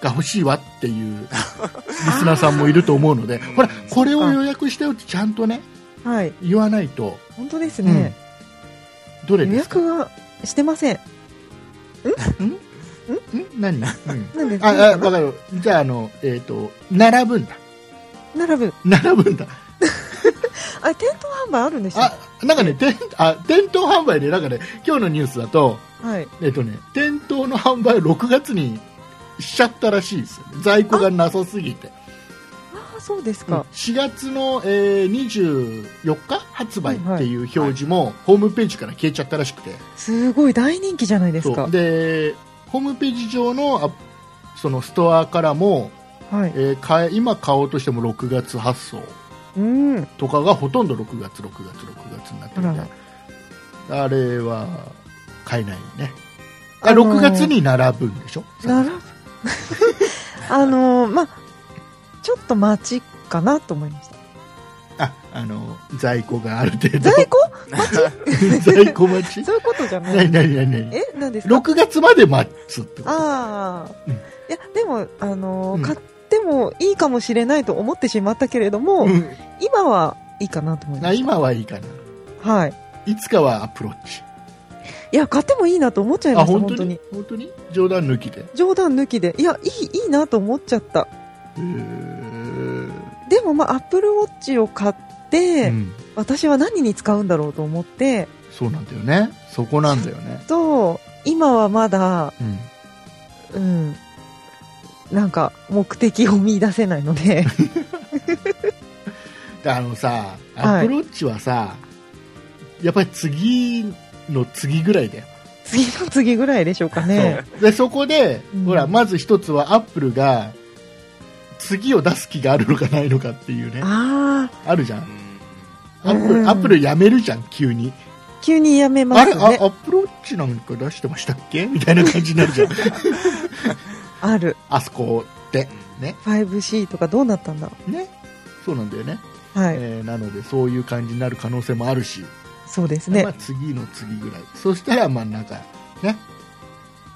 Speaker 2: が欲しいわっていうリスナーさんもいると思うのでほらこれを予約してよってちゃんとね
Speaker 4: はい
Speaker 2: 言わないと、
Speaker 4: 本当ですね、
Speaker 2: どれ
Speaker 4: 予
Speaker 2: ですか
Speaker 4: 約はしてません。
Speaker 2: ん何、うん、あ
Speaker 4: なんで、
Speaker 2: あ
Speaker 4: なんか
Speaker 2: わかるじゃああのえっ、と並ぶんだ
Speaker 4: な並ぶ。
Speaker 2: 並ぶんだ
Speaker 4: あ、店頭販売あるんでしょ
Speaker 2: あなんかね店あ店頭販売でなんかね今日のニュースだと
Speaker 4: はい。
Speaker 2: えっ、とね店頭の販売を6月にしちゃったらしいですよね、在庫がなさすぎて
Speaker 4: ああ、そうです
Speaker 2: うん
Speaker 4: か。
Speaker 2: 4月の、えー24日発売っていう表示もホームページから消えちゃったらしくて、
Speaker 4: すごい大人気じゃないです
Speaker 2: そ
Speaker 4: か
Speaker 2: う。でホームページ上のあそのストアからも、
Speaker 4: はい。
Speaker 2: えー買え今買おうとしても6月発送
Speaker 4: うん。
Speaker 2: とかがほとんど6月、6月、6月になってるんで
Speaker 4: あ、
Speaker 2: あれは買えないよね。あ
Speaker 4: あのー
Speaker 2: 6月に並ぶんでしょ
Speaker 4: 並ぶ。 あのー、ま、ちょっと待ちかなと思いました。
Speaker 2: あ、あの、在庫がある程度。
Speaker 4: 在庫 待
Speaker 2: 在庫待ち
Speaker 4: ち そういうことじゃな
Speaker 2: 何
Speaker 4: い。
Speaker 2: 何何何
Speaker 4: え、なんですか
Speaker 2: ?6 月まで待つってこと
Speaker 4: ああ、
Speaker 2: うん
Speaker 4: いや、でも、あのー
Speaker 2: うん
Speaker 4: 買ってもいいかもしれないと思ってしまったけれども、
Speaker 2: うん
Speaker 4: 今はいいかなと思いま
Speaker 2: あ
Speaker 4: した。
Speaker 2: 今はいいかな。
Speaker 4: はい。
Speaker 2: いつかはアプローチ。
Speaker 4: いや、買ってもいいなと思っちゃいま
Speaker 2: あ、
Speaker 4: した、
Speaker 2: 本
Speaker 4: 本
Speaker 2: 当
Speaker 4: 当に
Speaker 2: に。本当に冗談抜きで。
Speaker 4: 冗談抜きでいやいいいいなと思っちゃった
Speaker 2: えー
Speaker 4: でもまあアップルウォッチを買って、
Speaker 2: うん
Speaker 4: 私は何に使うんだろうと思って
Speaker 2: そうなんだよね。そこなんだよね。
Speaker 4: と今はまだ
Speaker 2: うん
Speaker 4: うんなんか目的を見出せないの で
Speaker 2: であのさ、アップローチはさ、やっぱり次の次ぐらいだよ。
Speaker 4: 次の次ぐらいでしょうかね
Speaker 2: そうでそこで、
Speaker 4: うん
Speaker 2: ほらまず一つはアップルが次を出す気があるのかないのかっていうねあ
Speaker 4: ああ
Speaker 2: るじゃア
Speaker 3: うんん
Speaker 2: ップ
Speaker 4: う
Speaker 2: ル
Speaker 4: ん
Speaker 2: アップルやめるじゃん急に
Speaker 4: 急にやめま
Speaker 2: あれ
Speaker 4: す
Speaker 2: あア
Speaker 4: ね。
Speaker 2: ップローチなんか出してましたっけみたいな感じにな るじゃん
Speaker 4: ある。
Speaker 2: あそこってね
Speaker 4: 5C とかどうなったんだろ
Speaker 2: ねそうなんだよね、
Speaker 4: う。はい。
Speaker 2: えーなのでそういう感じになる可能性もあるし、
Speaker 4: そうですね
Speaker 2: まあ、。次の次ぐらいそしたらまあなんかね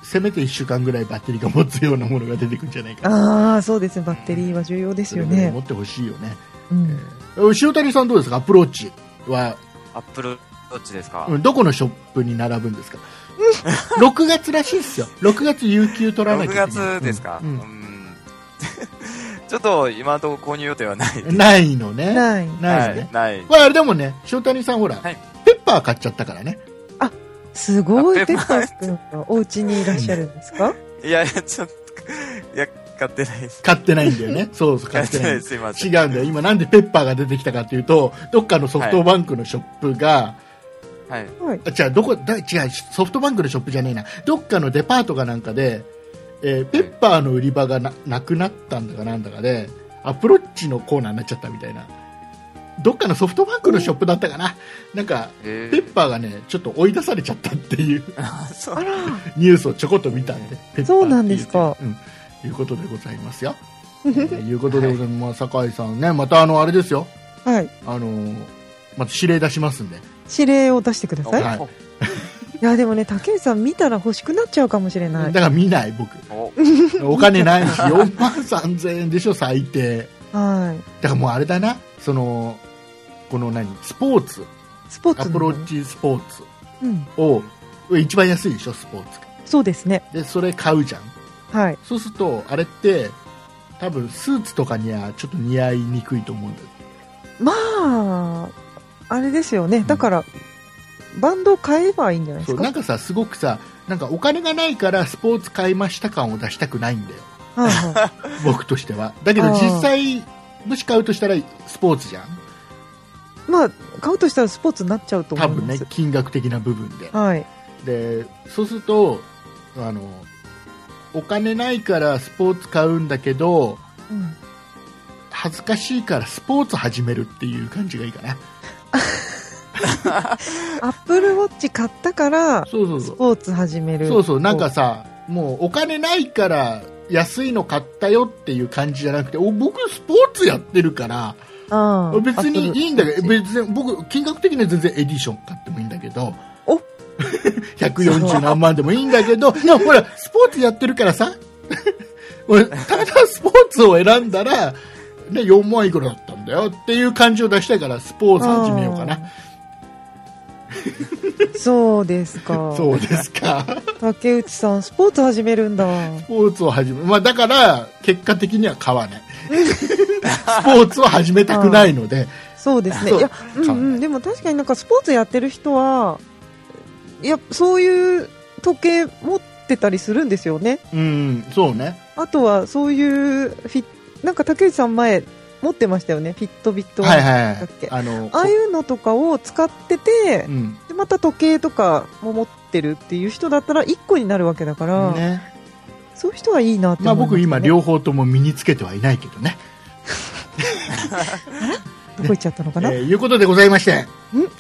Speaker 2: せめて1週間ぐらいバッテリーが持つようなものが出てくるんじゃないかな
Speaker 4: ああ、そうですね。バッテリーは重要です
Speaker 2: それ
Speaker 4: よ
Speaker 2: ぐらい
Speaker 4: ね
Speaker 2: 持。ってほしいよね、
Speaker 4: うん。
Speaker 2: えー塩谷さんどうですかアップローチは
Speaker 3: アップルどっちですか、
Speaker 2: うんどこのショップに並ぶんですか6月らしいですよ6月有給取らなきゃい
Speaker 3: 6
Speaker 2: けない
Speaker 3: 月ですか、
Speaker 2: うん
Speaker 3: うん ちょっと今のところ購入予定はない。
Speaker 2: うんないのねない
Speaker 4: ない。
Speaker 2: のね、
Speaker 3: ない。
Speaker 2: まあ、でもね塩谷さんほら、
Speaker 3: はい
Speaker 2: ペッパー買っちゃったからね
Speaker 4: すごい、
Speaker 3: あペ
Speaker 4: ペ
Speaker 3: ッ
Speaker 4: ッパーくんがお家にいらっしゃるんですか
Speaker 3: いや、いやちょっと、いや、買ってないです。
Speaker 2: 買ってないんだよねそうそう買
Speaker 3: 買っ
Speaker 2: ってて
Speaker 3: な
Speaker 2: ないい
Speaker 3: です。すいませ。
Speaker 2: 違うんんだ よ今なんでペッパーが出てきたかっていうとどっかのソフトバンクのショップが、
Speaker 3: はい。
Speaker 4: はい。
Speaker 2: あ違うどこだ違うソフトバンクのショップじゃねえなどっかのデパートかなんかで、えーペッパーの売り場がななくなったんだかなんだかでアップローチのコーナーになっちゃったみたいなどっかのソフトバンクのショップだったかななんか
Speaker 3: え
Speaker 2: ペッパーがねちょっと追い出されちゃったっていう
Speaker 3: ー、 そう
Speaker 4: あら、
Speaker 2: ニュースをちょこっと見たんでペッパーってい
Speaker 4: そうなんですか
Speaker 2: うんいうことでございます よ。ということでございます、酒井さんね、またあのあれですよ、
Speaker 4: はい。
Speaker 2: あのーまた指令出しますんで、
Speaker 4: 指令を出してください。
Speaker 2: はい
Speaker 4: いや、でもね、竹内さん見たら欲しくなっちゃうかもしれな
Speaker 2: だ
Speaker 4: い。
Speaker 2: から見ない、 僕、
Speaker 3: お
Speaker 2: お金ないし、4万3000円でしょ、最低。
Speaker 4: は
Speaker 2: だからもうあれだな、その、この何、スポーツ、
Speaker 4: い。スポーツ
Speaker 2: ア
Speaker 4: の
Speaker 2: プローチスポーツ
Speaker 4: うん。
Speaker 2: を、一番安いでしょ、スポーツが
Speaker 4: そうですね。
Speaker 2: で、それ買うじゃん。
Speaker 4: はい。
Speaker 2: そうすると、あれって、多分スーツとかにはちょっと似合いにくいと思うんだよ
Speaker 4: まあ、あれですよね。だから、バンド買えばいいんじゃないで
Speaker 2: そ
Speaker 4: す
Speaker 2: う
Speaker 4: か。
Speaker 2: なんかさ、すごくさ、なんかお金がないからスポーツ買いました感を出したくないんだよ、
Speaker 4: はいは
Speaker 2: 僕としては。だけど
Speaker 4: あー
Speaker 2: 実際、もし買うとしたらスポーツじゃん、
Speaker 4: い。まあ、買うとしたらスポーツになっちゃうと思
Speaker 2: 多
Speaker 4: い
Speaker 2: 分
Speaker 4: ま
Speaker 2: ね
Speaker 4: す。、
Speaker 2: 金額的な部分で。
Speaker 4: はい。
Speaker 2: でそうするとあのお金ないからスポーツ買うんだけど
Speaker 4: うん
Speaker 2: 恥ずかしいからスポーツ始めるっていう感じがいいかな
Speaker 4: アップルウォッチ買ったから、
Speaker 2: そうそう
Speaker 4: ス
Speaker 2: そう
Speaker 4: ポーツ始める。
Speaker 2: そうそうなんかさもうお金ないから安いの買ったよっていう感じじゃなくてお僕スポーツやってるから
Speaker 4: ああ、
Speaker 2: 別にいいんだけど
Speaker 4: Apple Watch
Speaker 2: 別に僕金額的には全然エディション買ってもいいんだけど
Speaker 4: お
Speaker 2: 140何万でもいいんだけど でもほらスポーツやってるからさ 俺ただスポーツを選んだら、ね、4万いくらだったんだよっていう感じを出したいからスポーツ始めようかな
Speaker 4: そうです か。
Speaker 2: そうですか
Speaker 4: 竹内さん、スポーツ始めるんだ。
Speaker 2: スポーツを始め、まあ、だから結果的には買わない スポーツを始めたくないので
Speaker 4: そうですね。
Speaker 2: そう
Speaker 4: いや、うんうん、でも確かになんかスポーツやってる人は、いや、そういう時計持ってたりするんですよね。
Speaker 2: うんそうね
Speaker 4: あとは、そういうフィッ、なんか竹内さん前、持ってましたよね。フィットビット。
Speaker 2: はいはいは
Speaker 4: だっ
Speaker 2: い
Speaker 4: け
Speaker 2: あの
Speaker 4: ああいうのとかを使ってて
Speaker 2: う、ん
Speaker 4: で、また時計とかも持ってるっていう人だったら1個になるわけだから、
Speaker 2: ね
Speaker 4: そういう人はいいなって
Speaker 2: ま
Speaker 4: 思
Speaker 2: あ
Speaker 4: います、
Speaker 2: 僕
Speaker 4: ね。
Speaker 2: 今両方とも身につけてはいないけどね。
Speaker 4: どこ行っちゃったのかな、
Speaker 2: えーいうことでございまして、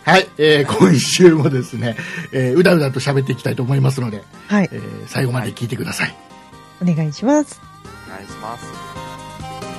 Speaker 2: はい、えー今週もですね、えーうだうだと喋っていきたいと思いますので、
Speaker 4: はい
Speaker 2: え。ー最後まで聞いてください。
Speaker 4: お願いします。
Speaker 3: お願いします。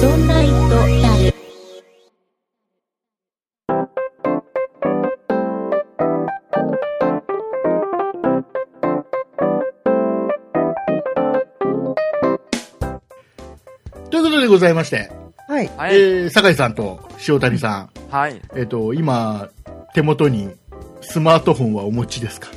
Speaker 1: そんな糸だる。
Speaker 2: ということでございまして、
Speaker 4: はい。
Speaker 3: はい。
Speaker 2: えー酒井さんと塩谷さ
Speaker 3: はい。
Speaker 2: ん、えっ、と、今、手元にスマートフォンはお持ちですか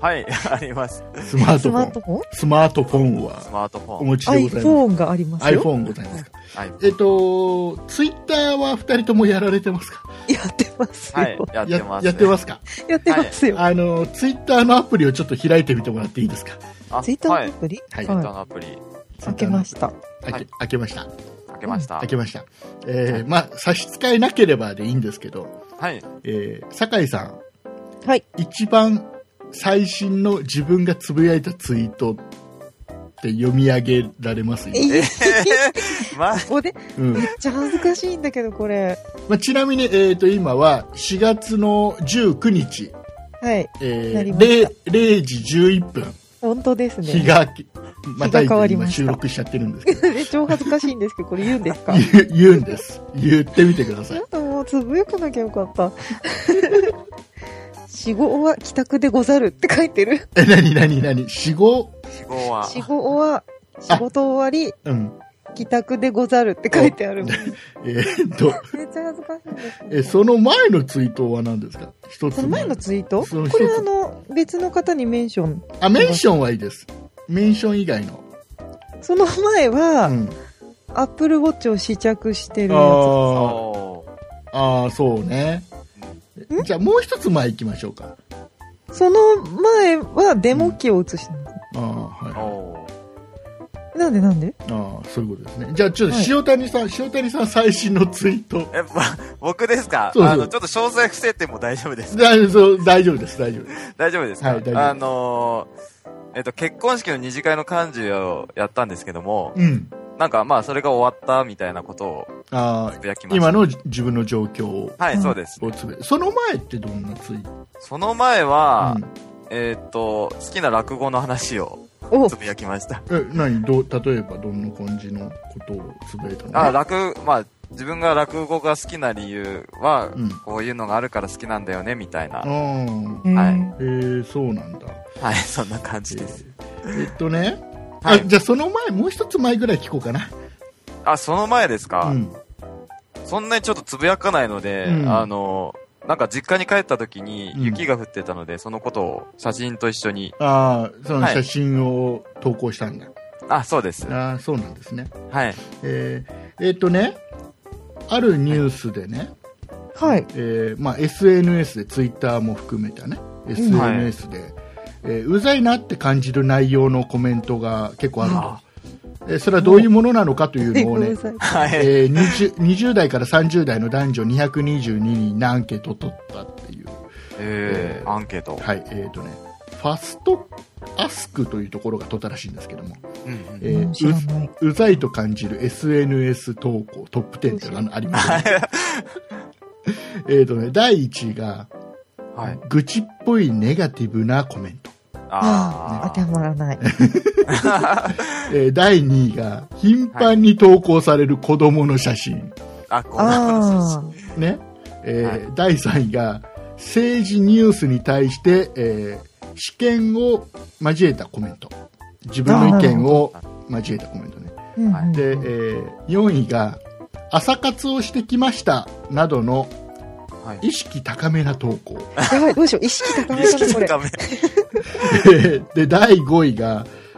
Speaker 3: はい、 あります。
Speaker 2: スマー
Speaker 4: ス
Speaker 2: トフ
Speaker 4: マ
Speaker 2: ォ
Speaker 4: ート
Speaker 2: ン。
Speaker 4: フォン
Speaker 2: スマートフォン
Speaker 3: ス
Speaker 2: は
Speaker 3: マートフ
Speaker 2: お
Speaker 3: ォン。
Speaker 2: 持ちでございます。
Speaker 4: iPhone がありますよ。
Speaker 2: iPhone ございますか。
Speaker 3: はい。
Speaker 2: えっと、ツイッターは二人ともやられてますか
Speaker 4: やってますよ。
Speaker 3: はい、やってます、
Speaker 2: やってますか
Speaker 4: やってますよ。
Speaker 2: あの、ツイッターのアプリをちょっと開いてみてもらっていいですか
Speaker 3: あ
Speaker 4: ツイッタ
Speaker 3: は
Speaker 4: ー
Speaker 3: い
Speaker 4: のア。プリ、
Speaker 2: は
Speaker 3: ツイ
Speaker 2: い
Speaker 3: ッターのアプリ、
Speaker 4: 開けました。
Speaker 2: 開け
Speaker 3: はい
Speaker 2: 開けました。
Speaker 3: 開けました。
Speaker 2: 開けました。えー、まあ、差し支えなければでいいんですけど、
Speaker 3: はい。
Speaker 2: えー、酒井さ
Speaker 4: はい。
Speaker 2: ん、一番最新の自分がつぶやいたツイートって読み上げられます
Speaker 4: え
Speaker 3: え
Speaker 4: い
Speaker 3: ー、ま、
Speaker 4: ここで、
Speaker 2: うん。
Speaker 4: めっちゃ恥ずかしいんだけど、これ。
Speaker 2: まあ、ちなみに、えっ、と、今は4月の19日、
Speaker 4: はい。
Speaker 2: え
Speaker 4: な
Speaker 2: ー
Speaker 4: りまし
Speaker 2: 0, 0時11分、
Speaker 4: 本当です
Speaker 2: 日
Speaker 4: ね。
Speaker 2: が、またい
Speaker 4: 日が変わ
Speaker 2: て
Speaker 4: りま
Speaker 2: 今
Speaker 4: した
Speaker 2: 収録しちゃってるんですけど、
Speaker 4: めっちゃ恥ずかしいんですけど、これ言うんですか
Speaker 2: 言う言うんです。言ってみてください
Speaker 4: な。んかもうつぶやかなきゃよかった。 死後は帰宅でござるって書いてる。
Speaker 2: え、なになになに死後
Speaker 3: 記号は、
Speaker 4: 死後は、仕事終わり、
Speaker 2: うん。
Speaker 4: 帰宅でござるって書いてある。めっ
Speaker 2: えーっと、
Speaker 4: ちゃ恥ずかしいんですけど
Speaker 2: え、その前のツイートは何ですか一つ
Speaker 4: その前のツイート
Speaker 2: そう
Speaker 4: これは
Speaker 2: 一
Speaker 4: あ
Speaker 2: つ
Speaker 4: の、別の方にメンション。
Speaker 2: あ、メンションはいいです。メンション以外の。
Speaker 4: その前
Speaker 2: う
Speaker 4: は、
Speaker 2: ん。
Speaker 4: アップルウォッチを試着してるや
Speaker 2: あー
Speaker 3: おー
Speaker 2: あー、そうね。じゃあもう一つ前行きましょうか。
Speaker 4: つ。その前はデモ機を映してます。
Speaker 2: あーはい。
Speaker 3: おー
Speaker 4: なんでなんで
Speaker 2: あーそういうことですね。じゃあちょっと
Speaker 4: はい
Speaker 2: 塩谷さん、塩谷さん最新のツイート。
Speaker 3: え、ま、僕ですか
Speaker 2: そうそう
Speaker 3: あの、ちょっと詳細伏せても大丈夫です。
Speaker 2: 大丈夫大丈夫です、大丈夫です。
Speaker 3: 大丈夫ですか
Speaker 2: はい大丈夫です
Speaker 3: あのー、えっと、結婚式の二次会の幹事をやったんですけども、
Speaker 2: うん。
Speaker 3: なんかまあ、それが終わったみたいなことを
Speaker 2: あ
Speaker 3: つ
Speaker 2: ー
Speaker 3: ぶやきました。
Speaker 2: 今の自分の状況を
Speaker 3: はい、そうです。
Speaker 2: つぶその前ってどんなツイート
Speaker 3: その前は
Speaker 2: うん、
Speaker 3: えーっと、好きな落語の話を
Speaker 4: お
Speaker 3: つぶやきました。
Speaker 2: え、何どう、例えばどんな感じのことをつぶやいたの
Speaker 3: あ、落、まあ、自分が落語が好きな理由は、
Speaker 2: うん。
Speaker 3: こういうのがあるから好きなんだよね、みたいな。
Speaker 2: あ
Speaker 3: は
Speaker 2: ー
Speaker 4: うん
Speaker 3: はい
Speaker 2: えー、そうなんだ。
Speaker 3: い、そんな感じです。
Speaker 2: えっとね、
Speaker 3: は
Speaker 2: あ
Speaker 3: い。
Speaker 2: じゃあその前、もう一つ前ぐらい聞こうかな。
Speaker 3: あ、その前ですか、
Speaker 2: うん。
Speaker 3: そんなにちょっとつぶやかないので、
Speaker 2: うん
Speaker 3: あの、なんか実家に帰った時に
Speaker 2: うん
Speaker 3: 雪が降ってたので、そのことを写真と一緒に。
Speaker 2: ああ、その
Speaker 3: はい
Speaker 2: 写真を投稿したんだ。
Speaker 3: あ、そうです。
Speaker 2: ああ、そうなんですね。
Speaker 3: はい。
Speaker 2: えーえっとね、あるニュースでね、
Speaker 4: はい。
Speaker 2: えーまあ、SNS で、ツイッターも含めたね、SNS で、えーうざいなって感じる内容のコメントが結構あるんだ。えーそれはどういうものなのかというの を
Speaker 4: ごめ
Speaker 2: ね
Speaker 4: んな、さい
Speaker 3: はい。
Speaker 2: えー 20, 20代から30代の男女222人にアンケートを取ったっていう、
Speaker 3: えー、アンケート。
Speaker 2: はいえーとね、ファストアスクというところが取ったらしいんですけども、
Speaker 3: うん
Speaker 2: え
Speaker 4: うん知ら
Speaker 2: ー
Speaker 4: ない。
Speaker 2: ううざいと感じる SNS 投稿トップ10ってのがあります、ね、 えーとね第1位が、
Speaker 3: うんはい。
Speaker 2: 愚痴っぽいネガティブなコメント、
Speaker 4: ああ、
Speaker 3: あ
Speaker 4: 当て
Speaker 3: ー
Speaker 4: はまらない。
Speaker 2: えー第2位が頻繁に投稿される子供の写真、
Speaker 3: あ、こんなの
Speaker 4: あ
Speaker 2: ねえー
Speaker 3: はい
Speaker 2: 第3位が政治ニュースに対して、えー試験を交えたコメント自分の意見を交えたコメントね
Speaker 4: あ。うんうん
Speaker 2: で、えー4位が朝活をしてきましたなどの
Speaker 3: はい
Speaker 2: 意識高めな投稿、
Speaker 4: やばい、どうしよう。意識高めかな、これ。
Speaker 3: ダメ。
Speaker 2: で第5位が、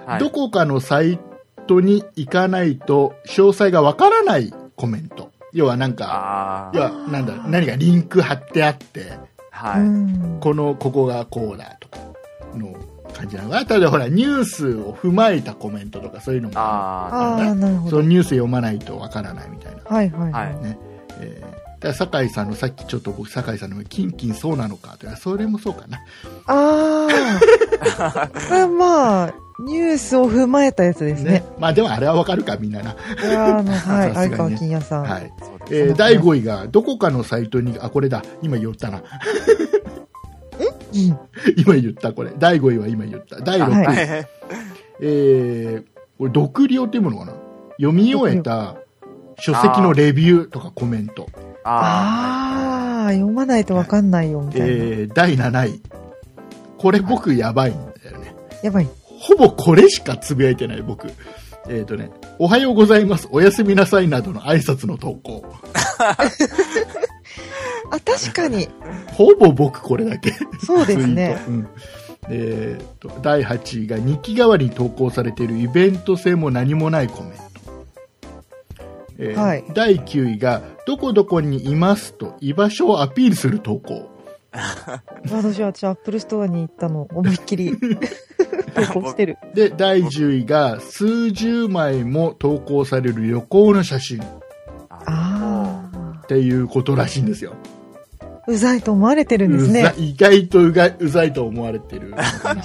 Speaker 3: はい
Speaker 2: どこかのサイトに行かないと詳細がわからないコメント要はなんか
Speaker 3: あ
Speaker 2: 要
Speaker 3: あ。
Speaker 2: はなんだ何かリンク貼ってあって
Speaker 3: は
Speaker 4: う
Speaker 3: い。
Speaker 4: ん
Speaker 2: このここがこうだとかの感じなのが例えばほらニュースを踏まえたコメントとかそういうのも
Speaker 3: あ
Speaker 4: ああ、なるほ
Speaker 2: その
Speaker 4: ど。
Speaker 2: ニュース読まないとわからないみたいな、
Speaker 4: はいはい
Speaker 3: はい
Speaker 4: は
Speaker 2: えーだから酒井さんのさっきちょっと僕酒井さんのキンキンそうなのかとかそれもそうかな、
Speaker 4: い。ああ。これはまあ、ニュースを踏まえたやつですね。
Speaker 2: まあでもあれはわかるかみんなな、
Speaker 4: これはあの、はい、
Speaker 2: さすがにね
Speaker 4: 相川金也さん。
Speaker 2: はい
Speaker 3: あ。そうです
Speaker 2: えー第5位がどこかのサイトにあこれだ今言 ったな
Speaker 4: うん
Speaker 2: 今言ったこれ第5位は今言った第6位、
Speaker 4: は
Speaker 3: はい。
Speaker 2: えーこれ読量っていうものかな読み終えた書籍のレビューとかコメント、
Speaker 3: あ
Speaker 4: ああ、読まないとわかんないよ、みたいな。
Speaker 2: えー第7位これ僕やばいんだよね
Speaker 4: やばい。
Speaker 2: ほぼこれしかつぶやいてない僕えっ、とね「おはようございますおやすみなさい」などの挨拶の投稿
Speaker 4: あ、確かに、
Speaker 2: ほぼ僕これだけ
Speaker 4: そうですね。
Speaker 2: ツイートうんえーと第8位が日記代わりに投稿されているイベント性も何もないコメント、えー
Speaker 4: はい
Speaker 2: 第9位がどこどこにいますと居場所をアピールする投稿
Speaker 4: 私は私アップルストアに行ったの思いっ きり投稿してる
Speaker 2: で第10位が数十枚も投稿される旅行の写真っ
Speaker 4: あ
Speaker 2: ていうことらしいんですよ、
Speaker 4: あうざいと思われてるんで
Speaker 2: う
Speaker 4: す
Speaker 2: ざ
Speaker 4: ね
Speaker 2: 意外とうがうざいと思われ てるのかな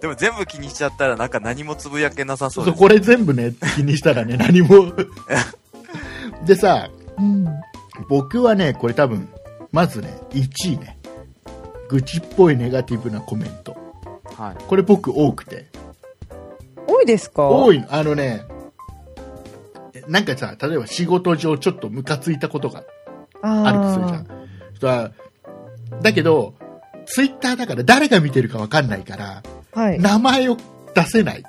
Speaker 3: でも全部気にしちゃったらなんか何もつぶやけなさそ
Speaker 2: そうう
Speaker 3: で
Speaker 2: そう
Speaker 3: す。
Speaker 2: これ全部ね気にしたらね何 もでさ
Speaker 4: うん
Speaker 2: 僕はねこれ多分まずね1位ね愚痴っぽいネガティブなコメント
Speaker 3: はい。
Speaker 2: これ僕多くて
Speaker 4: 多いですか
Speaker 2: 多
Speaker 4: い
Speaker 2: いのあのねなんかさ例えば仕事上ちょっとムカついたことがあるとするじゃんそしたらだけどツイッターだから誰が見てるかわかんないから
Speaker 4: はい
Speaker 2: 名前を出せない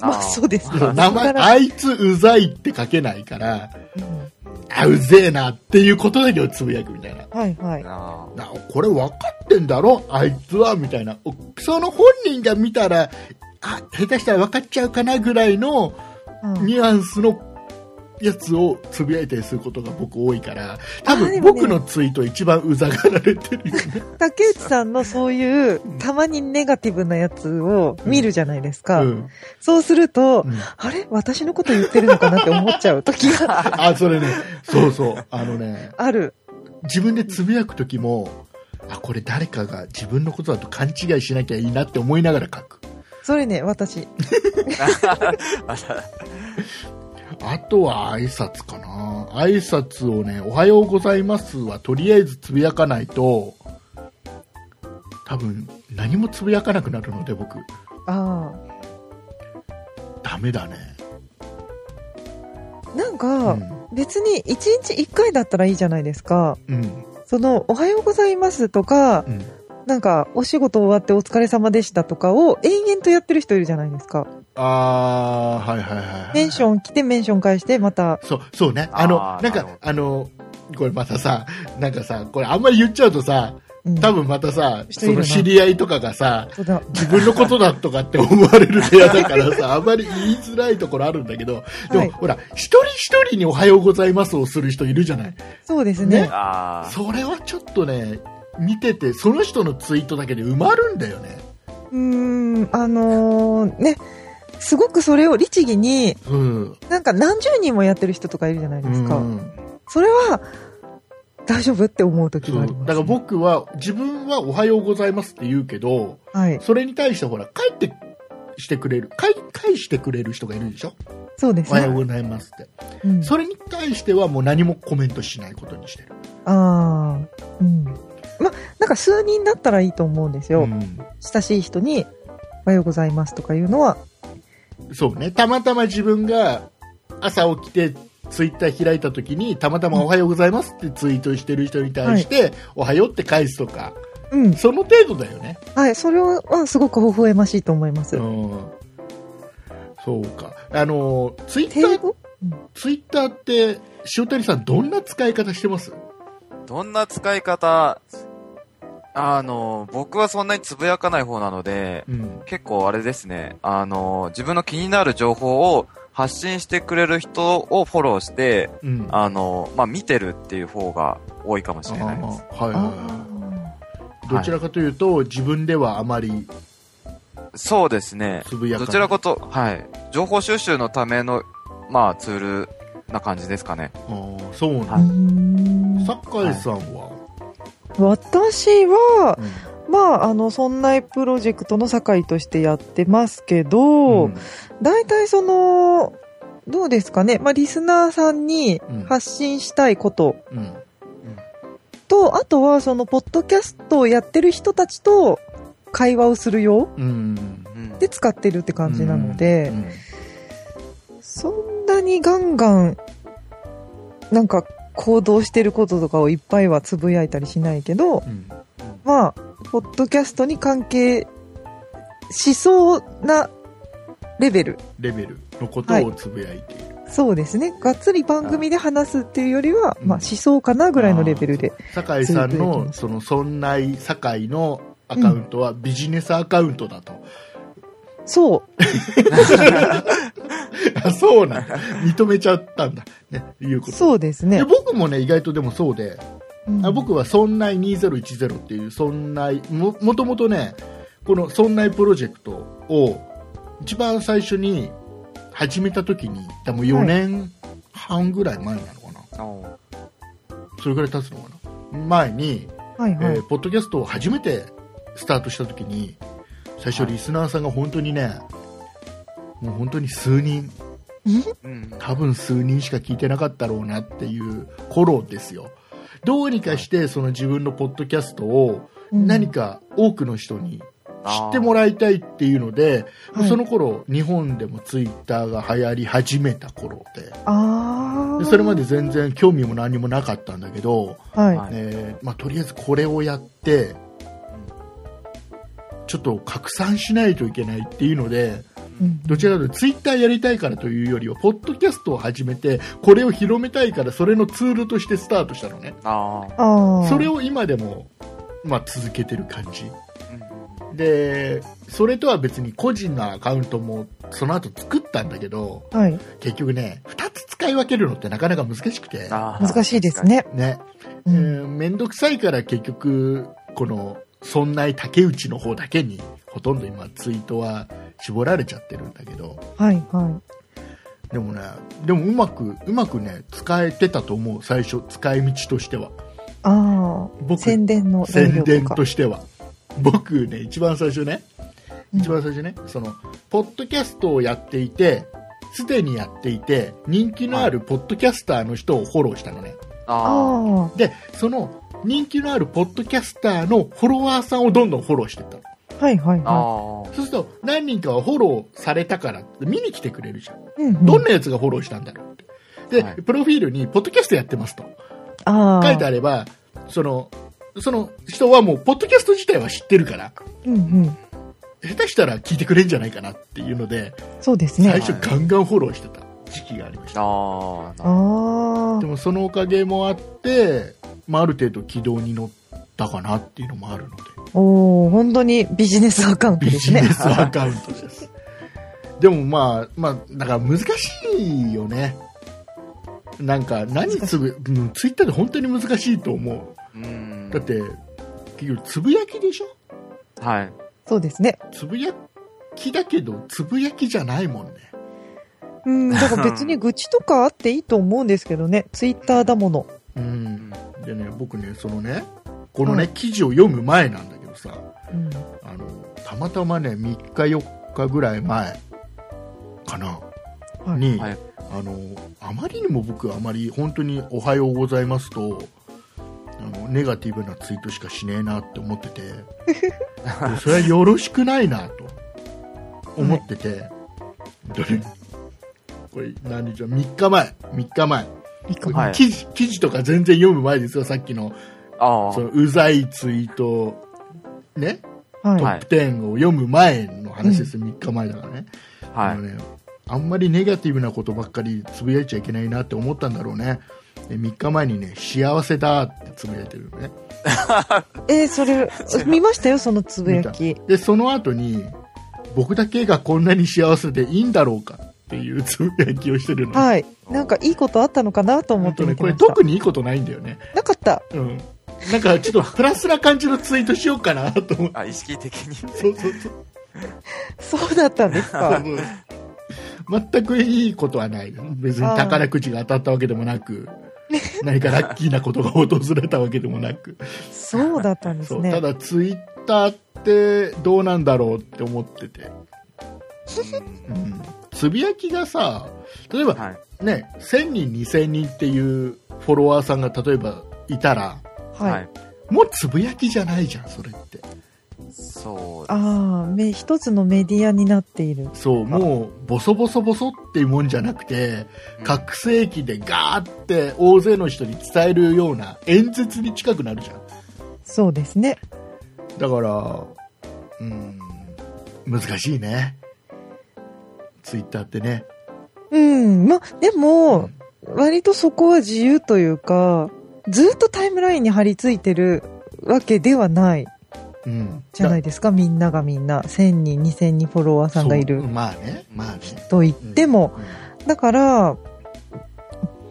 Speaker 4: まあ
Speaker 3: ー
Speaker 4: そうですよ
Speaker 2: そう名前あいつうざいって書けないから
Speaker 4: うん
Speaker 2: あうぜえなっていうことだけをつぶやくみたいな
Speaker 4: はいはい
Speaker 3: あ
Speaker 2: なこれ分かってんだろあいつはみたいなおその本人が見たらあ下手したら分かっちゃうかなぐらいの
Speaker 4: うん
Speaker 2: ニュアンスのやつをつぶやいたりすることが僕多いから多
Speaker 4: あで
Speaker 2: 分
Speaker 4: もね
Speaker 2: 僕のツイート一番うざがられてるよね
Speaker 4: 竹内さんのそういうたまにネガティブなやつを見るじゃないですか、
Speaker 2: うん
Speaker 4: そうすると、
Speaker 2: うん
Speaker 4: あれ私のこと言ってるのかなって思っちゃう時が
Speaker 2: あそれねそうそうあのね
Speaker 4: ある
Speaker 2: 自分でつぶやく時もあこれ誰かが自分のことだと勘違いしなきゃいいなって思いながら書く
Speaker 4: それね私
Speaker 2: あとは挨拶かな挨拶をね「おはようございます」はとりあえずつぶやかないと多分何もつぶやかなくなるので僕
Speaker 4: あ
Speaker 2: ダメだね
Speaker 4: あなん
Speaker 2: う
Speaker 4: か、
Speaker 2: ん
Speaker 4: 別に1日1回だったらいいじゃないですか
Speaker 2: うん
Speaker 4: その「おはようございます」とか
Speaker 2: うん
Speaker 4: なんか「お仕事終わってお疲れ様でした」とかを延々とやってる人いるじゃないですか
Speaker 2: あーはいはいはいはい
Speaker 4: メンション来てメンション返してまた
Speaker 2: そうそうねあの
Speaker 3: あー
Speaker 2: なん
Speaker 3: なるほ
Speaker 2: かあのこれまたさなんかさこれあんまり言っちゃうとさ
Speaker 4: うん
Speaker 2: 多分またさ、そ
Speaker 4: 人いる
Speaker 2: の
Speaker 4: な
Speaker 2: 知り合いとかがさ
Speaker 4: そうだ
Speaker 2: 自分のことだとかって 思われる部屋だからさ、あまり言いづらいところあるんだけど、でも、
Speaker 4: はい
Speaker 2: ほら、一人一人におはようございますをする人いるじゃない。
Speaker 4: そうですね
Speaker 2: ね
Speaker 3: あー。
Speaker 2: それはちょっとね、見てて、その人のツイートだけで埋まるんだよね。
Speaker 4: うーんあのーねすごくそれを律儀に
Speaker 2: うん。
Speaker 4: なんか何十人もやってる人とかいるじゃないですか、
Speaker 2: うん
Speaker 4: それは大丈夫って思う時
Speaker 2: そ
Speaker 4: があ
Speaker 2: う
Speaker 4: ります、ね、
Speaker 2: だから僕は、自分はおはようございますって言うけど、
Speaker 4: はい
Speaker 2: それに対してほら、帰ってしてくれる、返返してくれる人がいるでしょ
Speaker 4: そうです
Speaker 2: おはよう
Speaker 4: ね、
Speaker 2: ございますって。
Speaker 4: うん、
Speaker 2: それに対してはもう何もコメントしないことにしてる。
Speaker 4: ああうんまなんか数人だったらいいと思うんですよ、
Speaker 2: ん
Speaker 4: 親しい人に「おはようございます」とかいうのは
Speaker 2: そうね、たまたま自分が朝起きてツイッター開いた時にたまたまおはようございますってツイートしてる人に対して、おはようって返すとか、
Speaker 4: うん
Speaker 2: その程度だよね。
Speaker 4: はいそれはすごく微笑ましいと思います、
Speaker 2: うん。そうか。あの、ツイッタ
Speaker 4: 程
Speaker 2: ー、
Speaker 4: 度
Speaker 2: ツイッターって塩谷さんどんな使い方してます
Speaker 3: どんな使い方、あの、僕はそんなにつぶやかない方なので、
Speaker 2: うん。
Speaker 3: 結構あれですね、あの、自分の気になる情報を発信してくれる人をフォローして、
Speaker 2: うん。
Speaker 3: あの、まあ、見てるっていう方が多いかもしれないです。
Speaker 2: はいはい
Speaker 4: あ
Speaker 2: はい。どちらかというと、自分ではあまり
Speaker 3: そうですね。
Speaker 2: つぶやか
Speaker 3: ど
Speaker 2: ない
Speaker 3: ちらこと、はい。情報収集のための、まあ、ツールな感じですかね。
Speaker 2: あーそうな
Speaker 4: あうー
Speaker 2: ん
Speaker 4: ん
Speaker 2: だ。酒井さんは、
Speaker 4: 私は
Speaker 2: うん
Speaker 4: まああのそんなプロジェクトの酒井としてやってますけど、
Speaker 2: うん
Speaker 4: 大体そのどうですかね、まあ、リスナーさんに
Speaker 2: うん
Speaker 4: 発信したいこと
Speaker 2: うん
Speaker 4: と、あとはそのポッドキャストをやってる人たちと会話をするよ
Speaker 2: うん
Speaker 3: うん。
Speaker 4: で使ってるって感じなので、
Speaker 2: うん
Speaker 4: そんなにガンガンなんか行動してることとかをいっぱいはつぶやいたりしないけど
Speaker 2: うん
Speaker 4: まあポッドキャストに関係しそうなレベル
Speaker 2: レベルのことをつぶやいている、
Speaker 4: そうですねがっつり番組で話すっていうよりは
Speaker 2: うん
Speaker 4: まあ思想かなぐらいのレベルで
Speaker 2: 酒井さん
Speaker 4: つぶやいて
Speaker 2: の
Speaker 4: ます
Speaker 2: その「そんない酒井」のアカウントはビジネスアカウントだと。
Speaker 4: そう
Speaker 2: あそうなん だ。認めちゃったんだ。ね、いうこと。
Speaker 4: そうですね
Speaker 2: で、僕もね、意外とでもそうで、
Speaker 4: うん
Speaker 2: あ僕は「そんない2010」っていうそんないももともとねこの「そんないプロジェクト」を一番最初に始めた時に多分4年半ぐらい前なのかな、
Speaker 3: おー
Speaker 2: それぐらい経つのかな前に、
Speaker 4: はいはい
Speaker 2: えーポッドキャストを初めてスタートした時に最初リスナーさんが本当にねもう本当に数人
Speaker 3: うん。
Speaker 2: 多分数人しか聞いてなかったろうなっていう頃ですよどうにかしてその自分のポッドキャストを
Speaker 4: うん
Speaker 2: 何か多くの人に知
Speaker 3: あー
Speaker 2: ってもらいたいっていうので、
Speaker 4: はい
Speaker 2: その頃日本でもツイッターが流行り始めた頃で
Speaker 4: あ
Speaker 2: で
Speaker 4: あ
Speaker 2: それまで全然興味も何もなかったんだけど、
Speaker 4: はい、
Speaker 3: はい
Speaker 2: えーまあ、とりあえずこれをやってちょっと拡散しないといけないっていうので
Speaker 4: うん
Speaker 2: どちらかというとツイッターやりたいからというよりはポッドキャストを始めてこれを広めたいからそれのツールとしてスタートしたのね
Speaker 3: ああ。
Speaker 4: ああ
Speaker 2: それを今でも、まあ、続けてる感じ
Speaker 3: うん
Speaker 2: でそれとは別に個人のアカウントもその後作ったんだけど
Speaker 4: はい
Speaker 2: 結局ね2つ使い分けるのってなかなか難しくて
Speaker 3: あー
Speaker 4: 難しいです。ね
Speaker 2: ねえ
Speaker 4: うん
Speaker 2: ー面倒くさいから結局この「そんない竹内」の方だけにほとんど今ツイートは絞られちゃってるんだけど
Speaker 4: はいは
Speaker 2: でもねでもうまくうまくね使えてたと思う最初使い道としてはい
Speaker 4: ああ
Speaker 2: 僕
Speaker 4: 宣伝の材料
Speaker 2: 宣伝
Speaker 4: か
Speaker 2: としては僕ね一番最初ね
Speaker 4: うん
Speaker 2: 一番最初ね、そのポッドキャストをやっていてすでにやっていて人気のあるポッドキャスターの人をフォローしたのね
Speaker 3: あ
Speaker 4: あ
Speaker 2: でその人気のあるポッドキャスターのフォロワーさんをどんどんフォローしていったの
Speaker 4: あはいはい
Speaker 3: あ。あ
Speaker 4: は
Speaker 2: そうすると何人かはフォローされたからって見に来てくれるじゃん
Speaker 4: いうんうん
Speaker 2: どんなやつがフォローしたんだろうってで、
Speaker 3: はい
Speaker 2: プロフィールに「ポッドキャストやってます」と
Speaker 4: ああ
Speaker 2: 書いてあればそのその人はもうポッドキャスト自体は知ってるから
Speaker 4: うんうん
Speaker 2: 下手したら聞いてくれんじゃないかなっていうので
Speaker 4: そうです
Speaker 2: 最
Speaker 4: ね
Speaker 2: 初ガンガンフォローしてた時期がありまし
Speaker 3: あ。
Speaker 2: た
Speaker 3: ああ。
Speaker 4: ああ
Speaker 2: でもそのおかげもあって、まあ、ある程度軌道に乗ったかなっていうのもあるので
Speaker 4: おお本当にビジネスアカウント
Speaker 2: ビ
Speaker 4: で
Speaker 2: ジ
Speaker 4: す
Speaker 2: ネ
Speaker 4: ね
Speaker 2: スアカウントですでもまあまあだから難しいよねなんか何つぶ、うん、ツイッターで本当に難しいと思
Speaker 3: うん
Speaker 2: うだっ。て結局つぶやきでしょ
Speaker 3: はい。
Speaker 4: そうですね
Speaker 2: つぶやきだけどつぶやきじゃないもんね
Speaker 4: うんだから別に愚痴とかあっていいと思うんですけ どねツイッターだもの
Speaker 2: うんでね僕ねそのねこの
Speaker 4: は
Speaker 2: ね、
Speaker 4: い
Speaker 2: 記事を読む前なんだけどさ
Speaker 4: うん
Speaker 2: あのたまたまね3日4日ぐらい前かな、
Speaker 4: はい
Speaker 2: に、
Speaker 3: はい
Speaker 2: あのあまりにも僕あまり本当に「おはようございますと」あのネガティブなツイートしかしねえなって思って てでそれはよろしくないなと思ってて、どれこれ何じゃ3日前3日前、
Speaker 4: いいかも
Speaker 3: はい
Speaker 2: 記事記事とか全然読む前ですよさっきの
Speaker 3: ああ
Speaker 2: そ。のうざいツイートねト
Speaker 4: は
Speaker 2: ップ10を読む前の話です、3日前だからね,、
Speaker 3: は
Speaker 2: あの
Speaker 3: い。
Speaker 2: ねあんまりネガティブなことばっかりつぶやいちゃいけないなって思ったんだろうねで3日前にね幸せだってつぶやいてるのね
Speaker 4: いえーそ れ見ましたよそのつぶやき
Speaker 2: でその後に僕だけがこんなに幸せでいいんだろうかっていう つぶやきをしてるの、
Speaker 4: はいなんかいいことあったのかなと思
Speaker 2: 本
Speaker 4: って
Speaker 2: 当ね
Speaker 4: 見て
Speaker 2: こ
Speaker 4: ま
Speaker 2: れ
Speaker 4: した
Speaker 2: 特にいいことないんだよね
Speaker 4: なかった
Speaker 2: うんなんかちょっとプラスな感じのツイートしよう かなと思って
Speaker 3: あ、意識的に。
Speaker 2: そうそうそう
Speaker 4: そうだったんで すか
Speaker 2: 全くいいことはない別に宝くじが当たったわけでもな く何かラッキーなことが訪れたわけでもなく、
Speaker 4: そうだったんです
Speaker 2: そう
Speaker 4: ね
Speaker 2: ただツイッターってどうなんだろうって思ってて、
Speaker 3: うん
Speaker 2: うんつぶやきがさ例えば、
Speaker 3: はい。
Speaker 2: ね1000人2000人っていうフォロワーさんが例えばいたら
Speaker 4: は
Speaker 3: はいい。
Speaker 2: もうつぶやきじゃないじゃんそれって
Speaker 3: そう。
Speaker 4: ああめ一つのメディアになっている
Speaker 2: そうもうボソボソボソっていうもんじゃなくて
Speaker 3: うん
Speaker 2: 拡声器でガーって大勢の人に伝えるような演説に近くなるじゃん
Speaker 4: そうですね
Speaker 2: だからうん難しいねツイッターってね
Speaker 4: うんまあで
Speaker 2: う
Speaker 4: も
Speaker 2: ん
Speaker 4: 割とそこは自由というかずっとタイムラインに張り付いてるわけではない
Speaker 2: うん、
Speaker 4: じゃないですか、みんながみんな1000人2000人フォロワーさんがい
Speaker 2: そう
Speaker 4: る
Speaker 2: まあねまあね
Speaker 4: と言っても、だから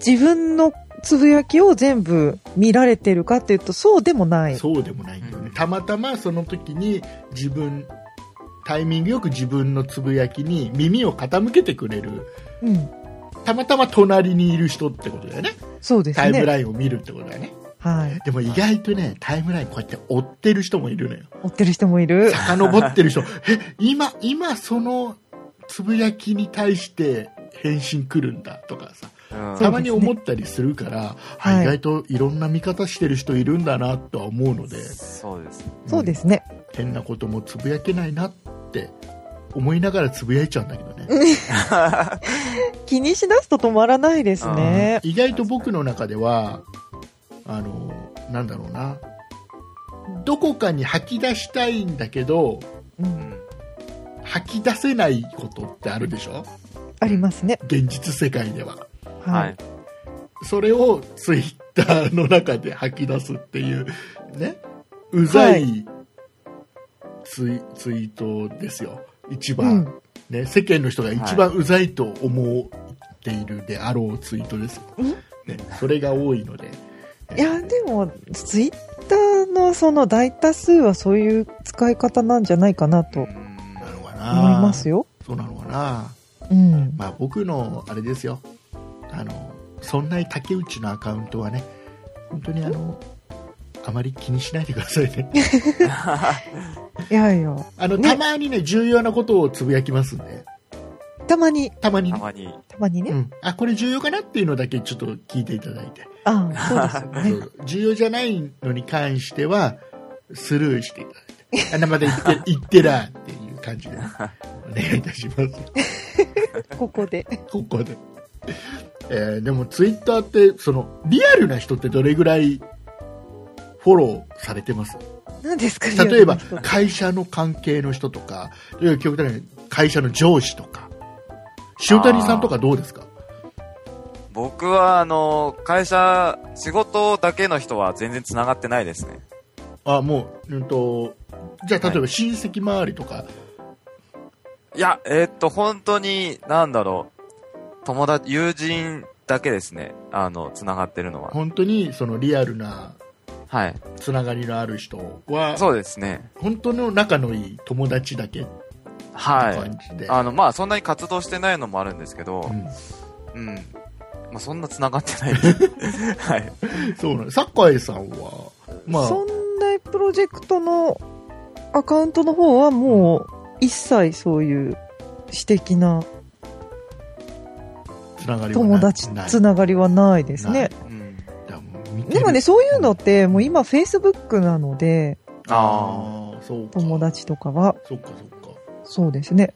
Speaker 4: 自分のつぶやきを全部見られてるかっていうとそうでもない
Speaker 2: そうでもないんだよね、
Speaker 3: うん
Speaker 2: たまたまその時に自分タイミングよく自分のつぶやきに耳を傾けてくれる
Speaker 4: うん、
Speaker 2: たまたま隣にいる人ってことだよね
Speaker 4: そうです
Speaker 2: タイム
Speaker 4: ね
Speaker 2: ラインを見るってことだよね
Speaker 4: はい
Speaker 2: でも意外とねタイムラインこうやって追ってる人もいるのよ
Speaker 4: 追ってる人も いる
Speaker 2: 遡ってる人え今今そのつぶやきに対して返信来るんだとかさ
Speaker 3: うん
Speaker 4: そ
Speaker 2: た
Speaker 4: う
Speaker 2: まに思ったりするから、
Speaker 4: はい
Speaker 2: あ意外といろんな見方してる人いるんだなとは思うので、
Speaker 3: そうです。
Speaker 4: そうですね
Speaker 2: 変なこともつぶやけないなって思いながらつぶやいちゃうんだけどね、
Speaker 4: 気にしだすと止まらないですね
Speaker 2: 意外と僕の中ではあのなんだろうなどこかに吐き出したいんだけど
Speaker 4: う
Speaker 3: うんん
Speaker 2: 吐き出せないことってあるでしょ
Speaker 4: ありますね
Speaker 2: 現実世界では
Speaker 4: は
Speaker 3: はいい。
Speaker 2: それをツイッターの中で吐き出すっていうねうざいツイ,、ツイートですよ一
Speaker 4: う
Speaker 2: 番、
Speaker 4: ん
Speaker 2: ね、世間の人が一番うざいと思っているであろうツイートです、
Speaker 4: うん
Speaker 2: ね、それが多いので
Speaker 4: いやでもツイッターのその大多数はそういう使い方なんじゃないかなと思い
Speaker 3: うん
Speaker 2: なのかな
Speaker 4: ますよ。
Speaker 2: そうなのかな、
Speaker 4: うん、
Speaker 2: まあ、僕のあれですよあのそんな竹内のアカウントはね本当にあのあまり気にしないでくださいね
Speaker 4: いやいや
Speaker 2: あの
Speaker 4: ね
Speaker 2: たまにね重要なことをつぶやきますんで
Speaker 4: たまに
Speaker 2: たまに
Speaker 3: た
Speaker 2: ね
Speaker 3: まに。
Speaker 4: たまにね、
Speaker 2: うん、あこれ重要かなっていうのだけちょっと聞いていただいて、
Speaker 4: ああそ うですよね
Speaker 2: 重要じゃないのに関してはスルーしていただい てあなまだ言って言ってらっていう感じでね、お願いいたし ます
Speaker 4: ここで
Speaker 2: ここで、えーでもツイッターってそのリアルな人ってどれぐらいフォローされてます
Speaker 4: 何ですかね
Speaker 2: 例えば会社の関係の人とかいや極端に会社の上司とか塩谷さんとかどうですか
Speaker 3: 僕は、あの、会社、仕事だけの人は全然繋がってないですね。
Speaker 2: あもう、うん、とじゃあ例え
Speaker 3: は
Speaker 2: ば親戚周りとか、
Speaker 3: いや、えーっと、本当に、なんだろう。友達、友人だけですね。あの、繋がってるのは。
Speaker 2: 本当にそのリアルな
Speaker 3: はい。
Speaker 2: つながりのある人は
Speaker 3: そうですね。
Speaker 2: 本当の仲のいい友達だけって
Speaker 3: はい。
Speaker 2: 感じで、
Speaker 3: あの、まあ、そんなに活動してないのもあるんですけど
Speaker 2: う、ん
Speaker 3: うん。まあ、そんな繋がってない です。はい。
Speaker 2: そうなん酒井さんはまあ
Speaker 4: そんなプロジェクトのアカウントの方はもう一切そういう私的な
Speaker 2: つながりはな
Speaker 4: 友達
Speaker 2: ない
Speaker 4: つながりはないです
Speaker 2: な
Speaker 4: ね
Speaker 2: い
Speaker 3: うん。
Speaker 2: だからう見てる
Speaker 4: でもねそういうのってもう今フェイスブックなので
Speaker 3: あ
Speaker 2: ああそうか
Speaker 4: 友達とかは
Speaker 2: そっかそっか
Speaker 4: そうですね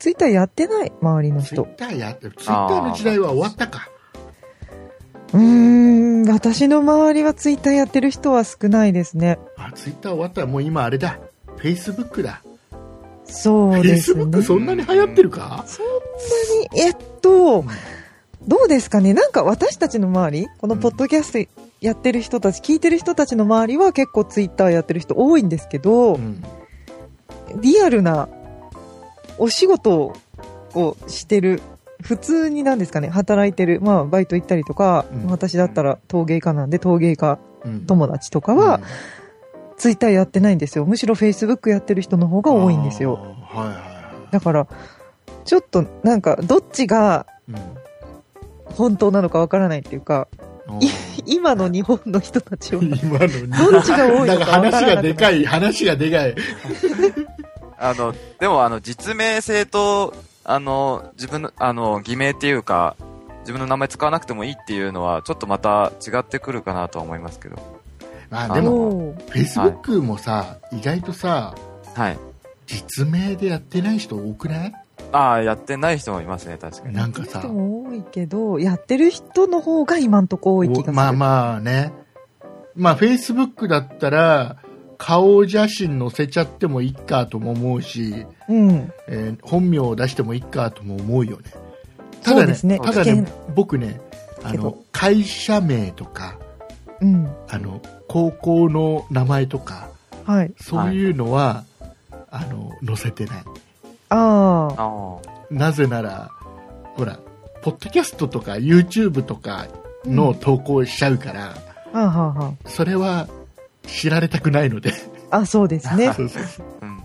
Speaker 4: ツイッターやってない周りの
Speaker 2: ツイッ
Speaker 4: 人
Speaker 2: ターやってツイッターの時代は終わったか
Speaker 4: うーん私の周りはツイッターやってる人は少ないですね
Speaker 2: あツイッター終わったらもう今あれだフェイスブックだ
Speaker 4: そ
Speaker 2: フ
Speaker 4: う
Speaker 2: ェ
Speaker 4: で
Speaker 2: イス
Speaker 4: すね
Speaker 2: ブックそんなに流行ってるか
Speaker 4: そんなにえっと
Speaker 2: ん
Speaker 4: どうですかねなんか私たちの周りこの
Speaker 2: うん
Speaker 4: ポッドキャストやってる人たち、聞いてる人たちの周りは結構ツイッターやってる人多いんですけど、
Speaker 2: ん
Speaker 4: リアルなお仕事をしてる普通になんですかね働いてる、まあ、バイト行ったりとか、
Speaker 2: うん
Speaker 4: 私だったら陶芸家なんで陶芸家
Speaker 2: うん
Speaker 4: 友達とかは、ツイッターやってないんですよむしろフェイスブックやってる人の方が多いんですよ
Speaker 2: あーはいはいは
Speaker 4: だからちょっとなんかどっちが
Speaker 2: いうん
Speaker 4: 本当なのかわからないっていうか
Speaker 2: あ
Speaker 4: い
Speaker 2: ー
Speaker 4: 今の日本の人たちは
Speaker 2: 今のに
Speaker 4: どっちが多い
Speaker 2: なん
Speaker 4: の
Speaker 2: か
Speaker 4: かわからな
Speaker 2: 話
Speaker 4: くな
Speaker 2: がでかい、話がでかい。
Speaker 3: あの、でも、あの、実名性と、あの、自分の、あの、偽名っていうか、自分の名前使わなくてもいいっていうのは、ちょっとまた違ってくるかなとは思いますけど。
Speaker 2: まあ
Speaker 3: あ
Speaker 2: でも、
Speaker 4: おー
Speaker 2: Facebook もさ、意外とさ、
Speaker 3: はい。
Speaker 2: 実名でやってない人多くない
Speaker 3: ああ、やってない人もいますね、確かに。
Speaker 2: なんかさ
Speaker 4: 人、も多いけどやってる人の方が今んとこ多い気がす
Speaker 2: お
Speaker 4: る、
Speaker 2: まあまあね。まあ Facebook だったら、顔写真載せちゃってもいいかとも思うし、
Speaker 4: うん
Speaker 2: えー本名を出してもいいかとも思うよね。ただ
Speaker 4: そう
Speaker 2: ね、
Speaker 4: ですね
Speaker 2: ただね
Speaker 4: 危、
Speaker 2: 僕ね、あ
Speaker 4: け
Speaker 2: の
Speaker 4: ど、
Speaker 2: 会社名とか、
Speaker 4: うん
Speaker 2: あの、高校の名前とか、
Speaker 4: はい。
Speaker 2: そういうのは、あの載せてない
Speaker 4: ああ。
Speaker 3: ああ。
Speaker 2: なぜならほらポッドキャストとか YouTube とかの投稿しちゃうから、
Speaker 4: はあ、はあは
Speaker 2: それは知られたくないので
Speaker 4: あ、あ、そうですね。
Speaker 2: そうそうそう
Speaker 3: うん。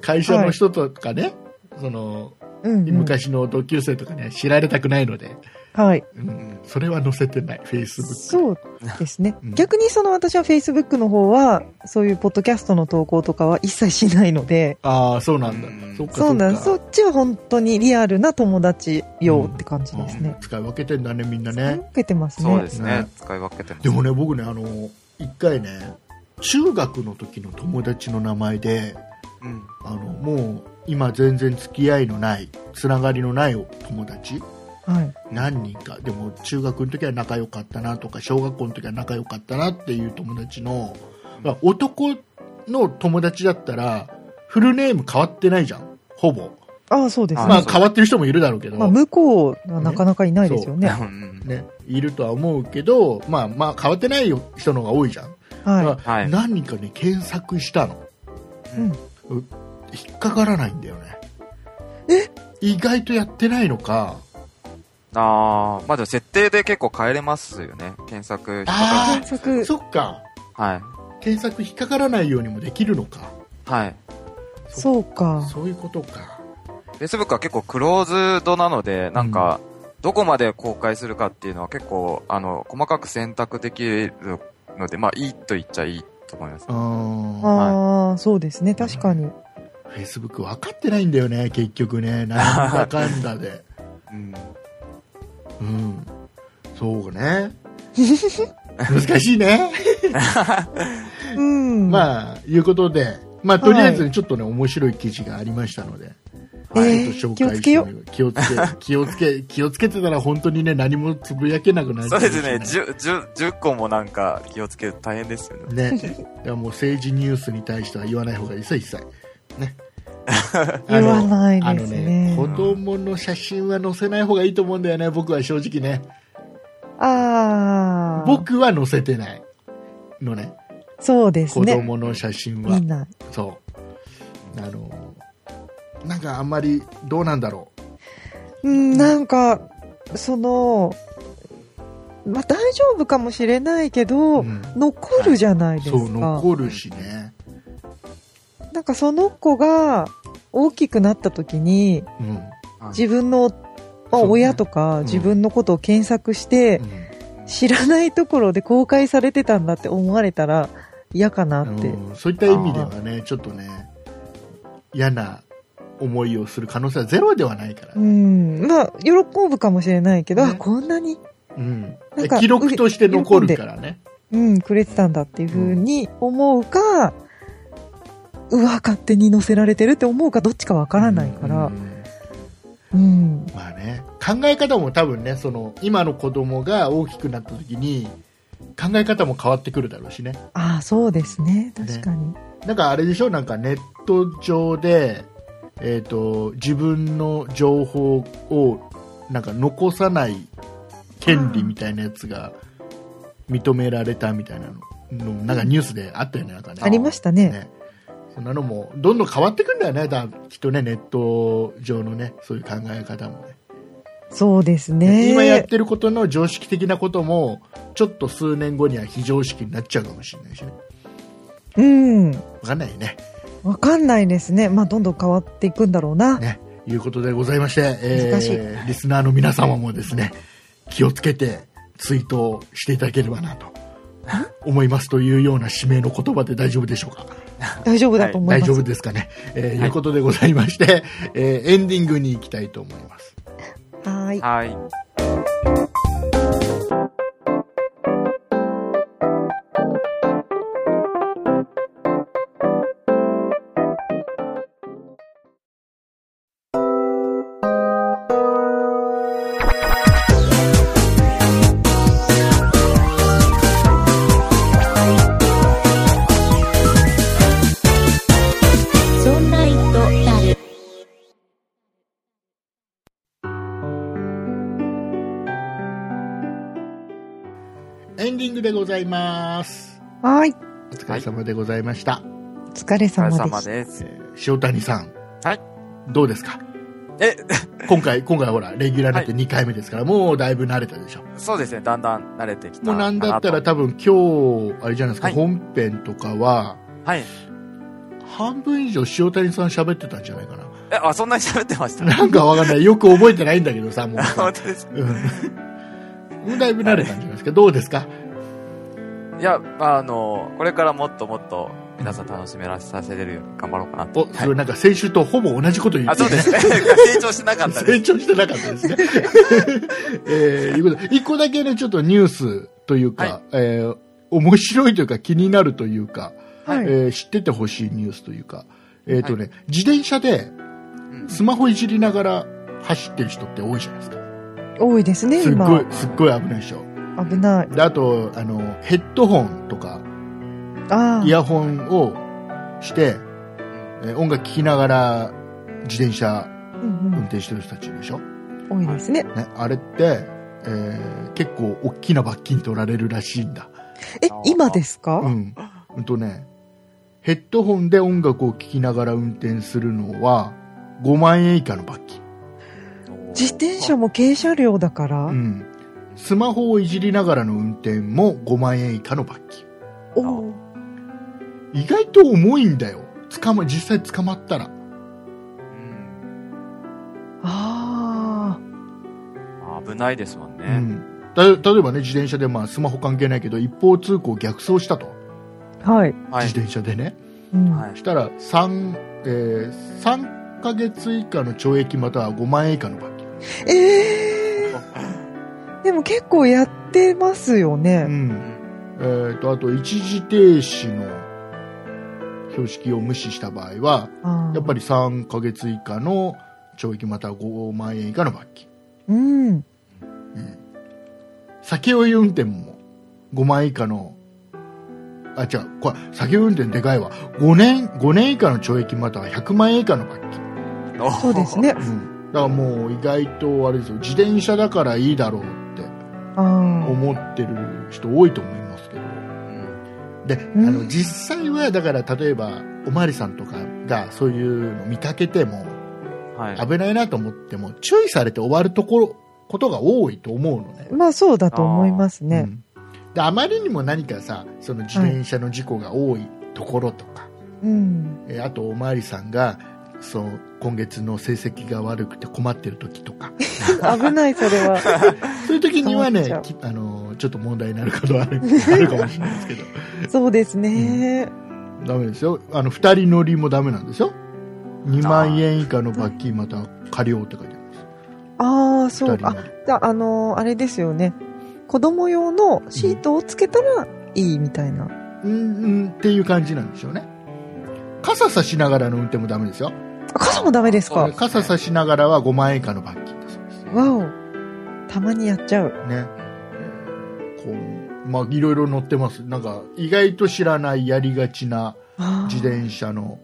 Speaker 2: 会社の人とかね、その
Speaker 4: うん、うん。
Speaker 2: 昔の同級生とかね知られたくないので、
Speaker 4: はい。
Speaker 2: うん、それは載せてない Facebook。
Speaker 4: そうですね
Speaker 2: うん
Speaker 4: 逆にその私は Facebook の方は、そういうポッドキャストの投稿とかは一切しないので、
Speaker 2: ああそうなんだ、
Speaker 3: うん
Speaker 2: そっか
Speaker 4: そうなんそ
Speaker 2: っ
Speaker 4: っちは本当にリアルな友達用って感じ
Speaker 2: か
Speaker 4: ですね
Speaker 2: う。ん使い分けてんだねみんなね
Speaker 4: 受けてますね。
Speaker 3: そうです
Speaker 2: ね
Speaker 3: ね。使い分けてます。
Speaker 2: でもね僕ねあの一回ね中学の時の友達の名前で
Speaker 3: うん。
Speaker 2: あのもう今全然付き合いのないつながりのない友達
Speaker 4: はい。
Speaker 2: 何人かでも中学の時は仲良かったなとか小学校の時は仲良かったなっていう友達の、まあ男の友達だったらフルネーム変わってないじゃんほぼ
Speaker 4: ああ、そうですね。
Speaker 2: まあ
Speaker 3: そう
Speaker 2: 変わってる人もいるだろうけど、
Speaker 4: まあ、向こうはなかなかいないですよね。
Speaker 3: うん
Speaker 2: ね、いるとは思うけど、まあ、まあ変わってない人の方が多いじゃん、だ
Speaker 4: は
Speaker 2: か
Speaker 3: は
Speaker 2: ら
Speaker 3: い。
Speaker 2: 何人かね検索したの
Speaker 4: うん
Speaker 2: 引っかからないんだよね意外とやってないのか
Speaker 3: ああ、まあでも設定で結構変えれますよね。検索引っか
Speaker 4: い。
Speaker 2: あ
Speaker 4: 検索、
Speaker 2: そっか
Speaker 3: かる。はい。
Speaker 2: 検索引っかからないようにもできるのか
Speaker 3: はい。
Speaker 4: そうか。
Speaker 2: そういうことか
Speaker 3: Facebook は結構クローズドなので、なんか、どこまで公開するかっていうのは結構、あの、細かく選択できるので、まあ、いいと言っちゃいいと思います。
Speaker 2: うん
Speaker 4: ああ、そうですね。確かに。
Speaker 2: フェイスブック分かってないんだよね結局ねなんだかんだ で
Speaker 3: うん。
Speaker 2: うんそう ね難しいね、
Speaker 4: うん。あ、
Speaker 2: まあいうことでまあとりあえずちょっとね、面白い記事がありましたので
Speaker 4: え
Speaker 2: ち
Speaker 4: ー
Speaker 2: ょっと紹介してみよう気をつけ、 気をつけ、気をつけてたら本当にね、何もつぶやけなくなる
Speaker 3: そうですね。
Speaker 2: ね。
Speaker 3: 10、10、10個もなんか気をつけると大変ですよね。
Speaker 2: ね。いやもう政治ニュースに対しては言わない方がいいさ、一切。 ね。
Speaker 4: 言わない
Speaker 2: あの
Speaker 4: です
Speaker 2: ね、
Speaker 4: ね。
Speaker 2: 子供の写真は載せない方がいいと思うんだよね、僕は正直ね。
Speaker 4: ああ。
Speaker 2: 僕は載せてないのね、
Speaker 4: そうです
Speaker 2: 子
Speaker 4: ね。
Speaker 2: 供の写真は。
Speaker 4: みんな。
Speaker 2: そう。あの、なんかあんまりどうなんだろ
Speaker 4: うん、なんか、その、まあ大丈夫かもしれないけ
Speaker 2: う。
Speaker 4: ど、
Speaker 2: うん
Speaker 4: 残るじゃないです
Speaker 2: そう、
Speaker 4: か。
Speaker 2: 残るしね。
Speaker 4: なんかその子が大きくなった時に、
Speaker 2: うん。
Speaker 4: 自分の、ま
Speaker 2: そ
Speaker 4: あ
Speaker 2: うね
Speaker 4: 親とか
Speaker 2: ん
Speaker 4: 自分のことを検索して、
Speaker 2: うん
Speaker 4: 知らないところで公開されてたんだって思われたら嫌かなって。
Speaker 2: うんそういった意味ではねちょっとね嫌な思いをする可能性はゼロではないから、
Speaker 4: うん。まあ、喜ぶかもしれないけど、
Speaker 2: ね
Speaker 4: あこんなに、
Speaker 2: うん
Speaker 4: なんか
Speaker 2: 記録として残るからね
Speaker 4: うん、くれてたんだっていうふうに思うか、うわ、勝手に載せられてるって思うか、どっちかわからないか
Speaker 2: う
Speaker 4: ら
Speaker 2: ん。うん
Speaker 4: うん。
Speaker 2: まあね考え方も多分ねその今の子供が大きくなった時に考え方も変わってくるだろうしね
Speaker 4: ああ、そうですね。確かに。
Speaker 2: なんかあれでしょなんかネット上で、えー、と自分の情報をなんか残さない権利みたいなやつが認められたみたいなののなんかニュースであったよねなんかね
Speaker 4: ありましたね。
Speaker 2: ねそんなのもどんどん変わってくんだよねだきっとねネット上のねそういう考え方もね、
Speaker 4: そうですね。
Speaker 2: 今やってることの常識的なこともちょっと数年後には非常識になっちゃうかもしれないしね
Speaker 4: うん。
Speaker 2: わかんないよね
Speaker 4: わかんないですね。まあ、どんどん変わっていくんだろうな。
Speaker 2: ね、いうことでございまして、え
Speaker 4: 難しい
Speaker 2: ー、リスナーの皆様もですね、気をつけてツイートをしていただければなと。思いますというような指名の言葉で大丈夫でしょうか
Speaker 4: 大丈夫だと思い
Speaker 2: 大
Speaker 4: ます。
Speaker 2: 丈夫ですかね、えーいうことでございまして、えーエンディングに行きたいと思います。
Speaker 4: はーい。
Speaker 3: はい。
Speaker 1: そんな糸だる。
Speaker 2: エンディングでございます。
Speaker 4: はーい。
Speaker 2: お疲れ様でございました。
Speaker 4: 疲れ
Speaker 3: お疲
Speaker 4: 様
Speaker 3: れ
Speaker 4: でした
Speaker 3: 様です。
Speaker 2: えー塩谷さん。
Speaker 3: はい。
Speaker 2: どうですか
Speaker 3: え、
Speaker 2: 今回、今回ほら、レギュラーになって2回目ですから、もうだいぶ慣れたでしょ。
Speaker 3: そうですね、だんだん慣れてきた
Speaker 2: もうなんだったら
Speaker 3: か
Speaker 2: 多分今日、あれじゃないですか、
Speaker 3: はい
Speaker 2: 本編とかは、
Speaker 3: なとはい。
Speaker 2: 半分以上塩谷さん喋ってたんじゃないかな。
Speaker 3: え、あ、そんなに喋ってました。
Speaker 2: なんかわかんない。よく覚えてないんだけどさ、もう
Speaker 3: あ
Speaker 2: さ
Speaker 3: 本。当です。
Speaker 2: うん。もうだいぶ慣れたんじゃないですか。どうですか
Speaker 3: いや、まあ、あの、これからもっともっと皆さん楽しめらさせれるように頑張ろうかなと。
Speaker 2: お、それなんか先週とほぼ同じこと言
Speaker 3: あ、
Speaker 2: って
Speaker 3: そう
Speaker 2: る
Speaker 3: ですね。成長しなかったで
Speaker 2: 成
Speaker 3: す。
Speaker 2: 長してなかったですね。 えー、いうことで一個だけね、ちょっとニュースというか、
Speaker 3: はい
Speaker 2: えー面白いというか気になるというか、
Speaker 4: はい
Speaker 2: えー知っててほしいニュースというか、えっ、とね、自転車で
Speaker 3: うん
Speaker 2: スマホいじりながら走ってる人って多いじゃないですか。
Speaker 4: 多いですね
Speaker 2: すっごい
Speaker 4: 今、
Speaker 2: すっごい危ないでしょ。
Speaker 4: 危ない
Speaker 2: で、あと、あの、ヘッドホンとか、
Speaker 4: ああ
Speaker 2: イヤホンをして、えー音楽聴きながら自転車
Speaker 4: うん
Speaker 2: 運転してる人たちいるでしょ。
Speaker 4: うん、多いですね
Speaker 2: ね、あれって、えー結構大きな罰金取られるらしいんだ。
Speaker 4: え今ですか、
Speaker 2: うん。うんとね、ヘッドホンで音楽を聴きながら運転するのは、5万円以下の罰金。
Speaker 4: 自転車も軽車両だから、
Speaker 2: うん。スマホをいじりながらの運転も5万円以下の罰金。
Speaker 4: おお
Speaker 2: 意外と重いんだよ。捕ま、実際捕まったら。
Speaker 3: うん
Speaker 4: ああ
Speaker 3: まあ危ないですもんね。
Speaker 2: うん。た、例えばね、自転車で、まあ、スマホ関係ないけど、一方通行逆走したと。
Speaker 4: はい、
Speaker 3: はい。
Speaker 2: 自転車でね。
Speaker 4: うん
Speaker 3: はい
Speaker 2: そしたら、3、えー、3ヶ月以下の懲役または5万円以下の罰金。
Speaker 4: ええでも結構やってますよ
Speaker 2: う
Speaker 4: ね。
Speaker 2: んえー、とあと一時停止の標識を無視した場合は
Speaker 4: ああ
Speaker 2: やっぱり3ヶ月以下の懲役または5万円以下の罰金
Speaker 4: うん。
Speaker 2: 酒酔い運転も5万円以下のあ違うこれ酒酔い運転でかいわ5年 ,5 年以下の懲役または100万円以下の罰金、
Speaker 3: お
Speaker 4: そうで す。ね。
Speaker 2: だからもう意外とあれですよ自転車だからいいだろうって
Speaker 4: ああ
Speaker 2: 思ってる人多いと思いますけど
Speaker 3: うん
Speaker 2: で、
Speaker 4: ん
Speaker 2: あの実際はだから例えばおまわりさんとかがそういうの見かけても
Speaker 3: はい。
Speaker 2: 危ないなと思っても注意されて終わるところことが多いと思うのね。
Speaker 4: まあそうだと思います
Speaker 2: う
Speaker 4: ね。
Speaker 2: んであまりにも何かさその自転車の事故が多いところとか、
Speaker 4: うん。
Speaker 2: えあとおまわりさんがそう今月の成績が悪くて困ってる時と か
Speaker 4: 危ない、それは。
Speaker 2: そういう時には
Speaker 4: そうな
Speaker 2: ね
Speaker 4: っ
Speaker 2: きあのちょっと問題になることはあるあるかもしれないですけど
Speaker 4: そうですね。
Speaker 2: ダメですよ。あの、二人乗りもダメなんですよ。2万円以下の罰金または過料って書いてあるんです。
Speaker 4: ああ、そ
Speaker 2: 二
Speaker 4: う
Speaker 2: 人乗
Speaker 4: か。
Speaker 2: り
Speaker 4: あ、じゃあ、あのーあれですよね。子供用のシートをつけたらいいみたいな。
Speaker 2: うん、うん、っていう感じなんでしょうね。傘差しながらの運転もダメですよ。
Speaker 4: あ傘もダメです
Speaker 3: あ
Speaker 4: か
Speaker 3: そ
Speaker 2: 傘差しながらは5万円以下の罰金だそうです。ね。
Speaker 4: わお。たまにやっちゃう。
Speaker 2: こう、まあ、いろいろ載ってます。なんか、意外と知らないやりがちな
Speaker 4: あー
Speaker 2: 自転車の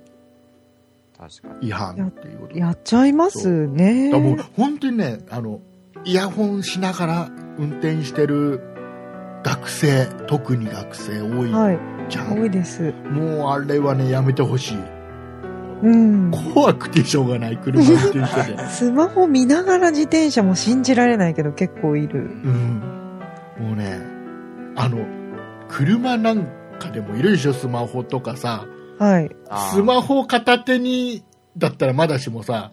Speaker 3: 確かに。
Speaker 2: 違反っていうことで。
Speaker 4: やっちゃいますね。
Speaker 2: だからもう本当にね、あの、イヤホンしながら運転してる学生、特に学生多い
Speaker 4: はい。
Speaker 2: じゃん。
Speaker 4: 多いです。
Speaker 2: もうあれはね、やめてほしい。
Speaker 4: うん。
Speaker 2: 怖くてしょうがない、車運転して て。
Speaker 4: スマホ見ながら自転車も信じられないけど結構いる。
Speaker 2: うん。もうね、あの、車なんかでもいるでしょ、スマホとかさ。
Speaker 4: はい。
Speaker 3: あー
Speaker 2: スマホ片手に、だったらまだしもさ、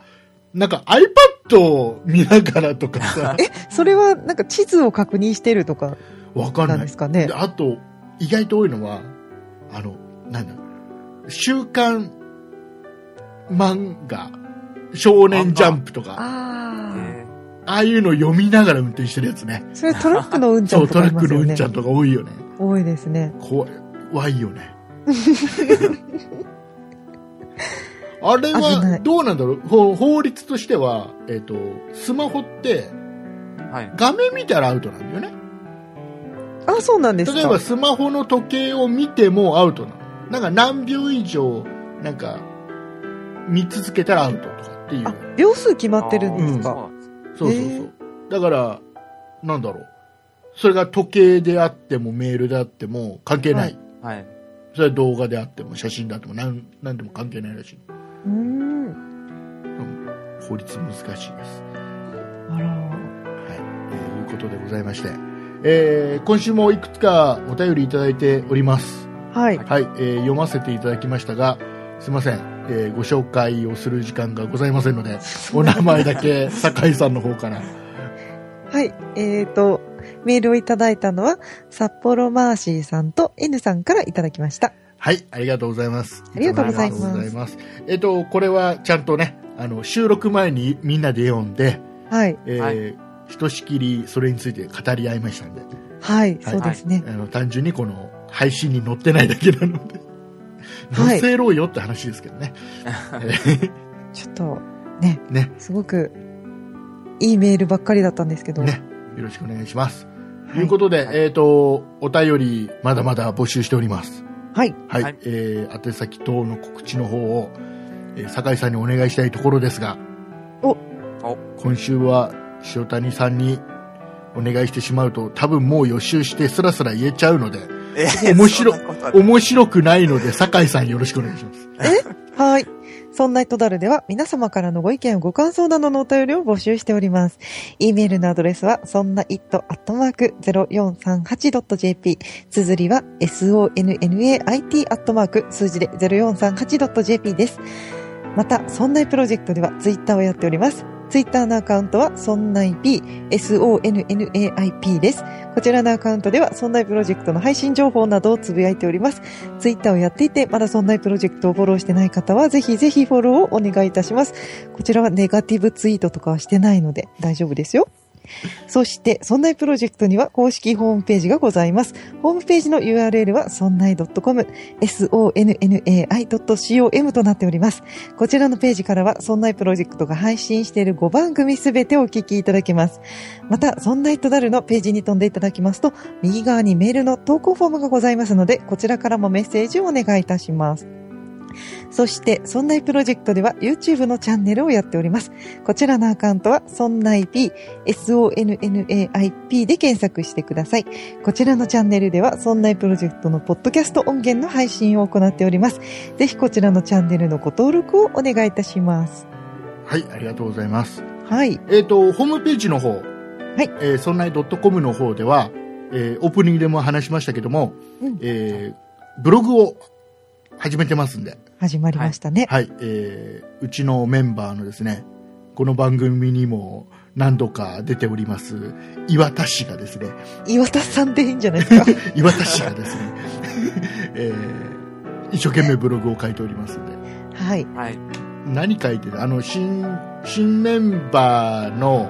Speaker 2: なんか iPad を見ながらとかさ、
Speaker 4: それはなんか地図を確認してるとか
Speaker 2: わかんな
Speaker 4: な
Speaker 2: い
Speaker 4: んで。すかね
Speaker 2: で。あと、意外と多いのは、あの、なんだ、週刊漫画、少年ジャンプとか、
Speaker 4: ああ。
Speaker 3: えー
Speaker 2: ああいうの読みながら運転してるやつね。
Speaker 4: それトラックのうんちゃ
Speaker 2: そ
Speaker 4: ん
Speaker 2: う、
Speaker 4: と
Speaker 2: ト
Speaker 4: か
Speaker 2: ラ
Speaker 4: い
Speaker 2: ッ
Speaker 4: ま
Speaker 2: ク
Speaker 4: す
Speaker 2: の
Speaker 4: よ
Speaker 2: うん
Speaker 4: ね
Speaker 2: ち。ゃんとか多いよね。
Speaker 4: 多いですね。
Speaker 2: 怖い怖いよ ね。あれ
Speaker 4: 危な
Speaker 2: は、
Speaker 4: い
Speaker 2: どうなんだろうほ法律としては、えっ、と、スマホって
Speaker 3: はい。
Speaker 2: 画面見たらアウトなんだよね。
Speaker 4: あ、そうなんですか。
Speaker 2: 例えばスマホの時計を見てもアウトなのなんか何秒以上なんか見続けたらアウトとかっていう
Speaker 4: あ、秒数決まってるんです
Speaker 3: あー
Speaker 4: か。
Speaker 3: そう
Speaker 2: そうそう
Speaker 3: なんです
Speaker 2: そう、
Speaker 4: へー
Speaker 2: だからなんだろうそれが時計であってもメールであっても関係ない、
Speaker 3: はい。
Speaker 2: それは動画であっても写真であっても何何でも関係ないらしい
Speaker 4: うん。
Speaker 2: 法律難しいです
Speaker 4: あら。
Speaker 2: はい、えーいうことでございまして、えー今週もいくつかお便りいただいております。
Speaker 4: はい。
Speaker 2: はい、えー読ませていただきましたが、すいません、えーご紹介をする時間がございませんので、お名前だけ酒井さんの方から。
Speaker 4: はい。えっ、と、メールをいただいたのは、札幌マーシーさんと N さんからいただきました。
Speaker 2: はい、ありがとうございます。
Speaker 4: ありがとうございます
Speaker 2: ありがとうござますえっ、と、これはちゃんとね、あの、収録前にみんなで読んで、
Speaker 4: はい。
Speaker 2: えー
Speaker 3: は
Speaker 2: ひとしきりそれについて語り合いましたんで、
Speaker 4: はい。そうですね。
Speaker 2: あの単純にこの配信に載ってないだけなので、
Speaker 4: は
Speaker 2: 載
Speaker 4: い
Speaker 2: せろよって話ですけ どね。
Speaker 4: ちょっと、ね。
Speaker 2: ね。
Speaker 4: すごく、いいメールばっかりだったんですけど。
Speaker 2: ねよろしくお願いします。
Speaker 4: はい
Speaker 2: ということで、えっ、と、お便り、まだまだ募集しております。
Speaker 4: はい。
Speaker 2: はい。
Speaker 3: はい
Speaker 2: えー、宛先等の告知の方を、えー酒井さんにお願いしたいところですが、
Speaker 4: お
Speaker 3: お
Speaker 2: 今週は、塩谷さんにお願いしてしまうと、多分もう予習してスラスラ言えちゃうので、
Speaker 3: え
Speaker 2: 面白い
Speaker 3: そんなことある
Speaker 2: 面白くないので、酒井さんよろしくお願いします。
Speaker 4: はい。そんな糸だるでは皆様からのご意見、ご感想などのお便りを募集しております。e メールのアドレスは、そんな it.0438.jp。綴りは、sonnait. 数字で 0438.jp です。また、そんないプロジェクトではツイッターをやっております。ツイッターのアカウントは、そんない p、sonnaip です。こちらのアカウントでは、そんないプロジェクトの配信情報などをつぶやいております。ツイッターをやっていて、まだそんなプロジェクトをフォローしてない方は、ぜひぜひフォローをお願いいたします。こちらはネガティブツイートとかはしてないので大丈夫ですよ。そして、そんないプロジェクトには公式ホームページがございます。ホームページの URL は、そんない .com、sonnai.com となっております。こちらのページからは、そんないプロジェクトが配信している5番組すべてお聞きいただけます。また、そんないとなるのページに飛んでいただきますと、右側にメールの投稿フォームがございますので、こちらからもメッセージをお願いいたします。そして、そんないプロジェクトでは YouTube のチャンネルをやっております。こちらのアカウントは、そんない P、SONNAIP で検索してください。こちらのチャンネルでは、そんないプロジェクトのポッドキャスト音源の配信を行っております。ぜひこちらのチャンネルのご登録をお願いいたします。
Speaker 2: はい、ありがとうございます。
Speaker 4: はい。
Speaker 2: えっ、と、ホームページの方、はいえー、そんない .com の方では、えーオープニングでも話しましたけども、
Speaker 4: うん
Speaker 2: えーブログを始めてますんで、
Speaker 4: 始まりましたね。
Speaker 2: はい、えーうちのメンバーのですね、この番組にも何度か出ております、岩田氏がですね、
Speaker 4: 岩田さんでいいんじゃないですか。
Speaker 2: 岩田氏がですね、 えー一生懸命ブログを書いておりますんで、
Speaker 4: はい。
Speaker 3: はい。
Speaker 2: 何書いてるあの、新、新メンバーの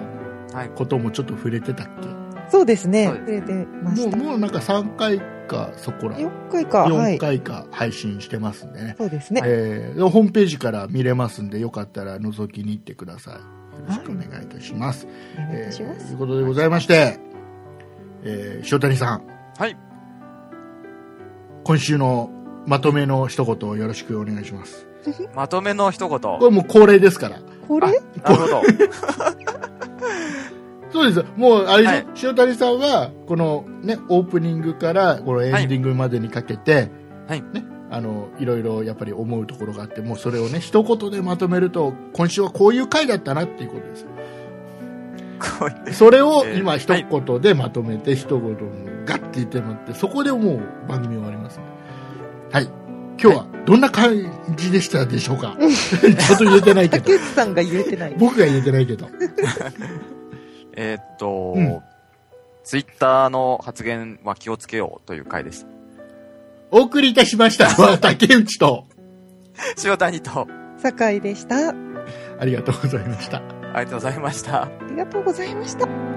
Speaker 3: はい
Speaker 2: こともちょっと触れてたっけ、
Speaker 4: そうですね。
Speaker 3: そうです
Speaker 4: 触れてま
Speaker 2: も
Speaker 4: し
Speaker 2: う
Speaker 4: た。
Speaker 2: もうなんか3回かそこら
Speaker 4: 4回か。は
Speaker 2: 4
Speaker 4: い。
Speaker 2: 回か配信してますんでね、
Speaker 4: そうですね。
Speaker 2: えーホームページから見れますんでよかったら覗きに行ってくださいよろしくお願いいたします、
Speaker 4: お願いい
Speaker 2: え
Speaker 4: たしま
Speaker 2: ーとい
Speaker 4: す
Speaker 2: う。ことでございまして、えー塩谷さん
Speaker 3: はい。
Speaker 2: 今週のまとめの一言をよろしくお願いします
Speaker 3: まとめの一言。
Speaker 2: これもう恒例ですから
Speaker 4: これ
Speaker 3: なるほど。
Speaker 2: そうですもうあれでしょ、
Speaker 3: は
Speaker 2: 塩
Speaker 3: い
Speaker 2: 谷さんはこのねオープニングからこのエンディングまでにかけて、
Speaker 3: はい
Speaker 2: ね、あのいろいろやっぱり思うところがあってもうそれをね一言でまとめると今週はこういう回だったなっていうことです
Speaker 3: こういう
Speaker 2: それを
Speaker 3: えー
Speaker 2: 今
Speaker 3: はい
Speaker 2: 一言でまとめて、一言もガッて言ってもらってそこでもう番組終わりますねはい今日はどんな感じでしたでしょうかちゃんと言えてないけど
Speaker 4: 竹内さんが言え てない。
Speaker 2: 僕が言えてないけど
Speaker 3: えーっと、
Speaker 2: うん
Speaker 3: ツイッターの発言は気をつけようという回でした。
Speaker 2: お送りいたしましたのは竹内と
Speaker 3: 塩谷と、
Speaker 4: 酒井でした。あ
Speaker 2: ありがとうございました
Speaker 3: ありがとうございました。
Speaker 4: りがとうございました。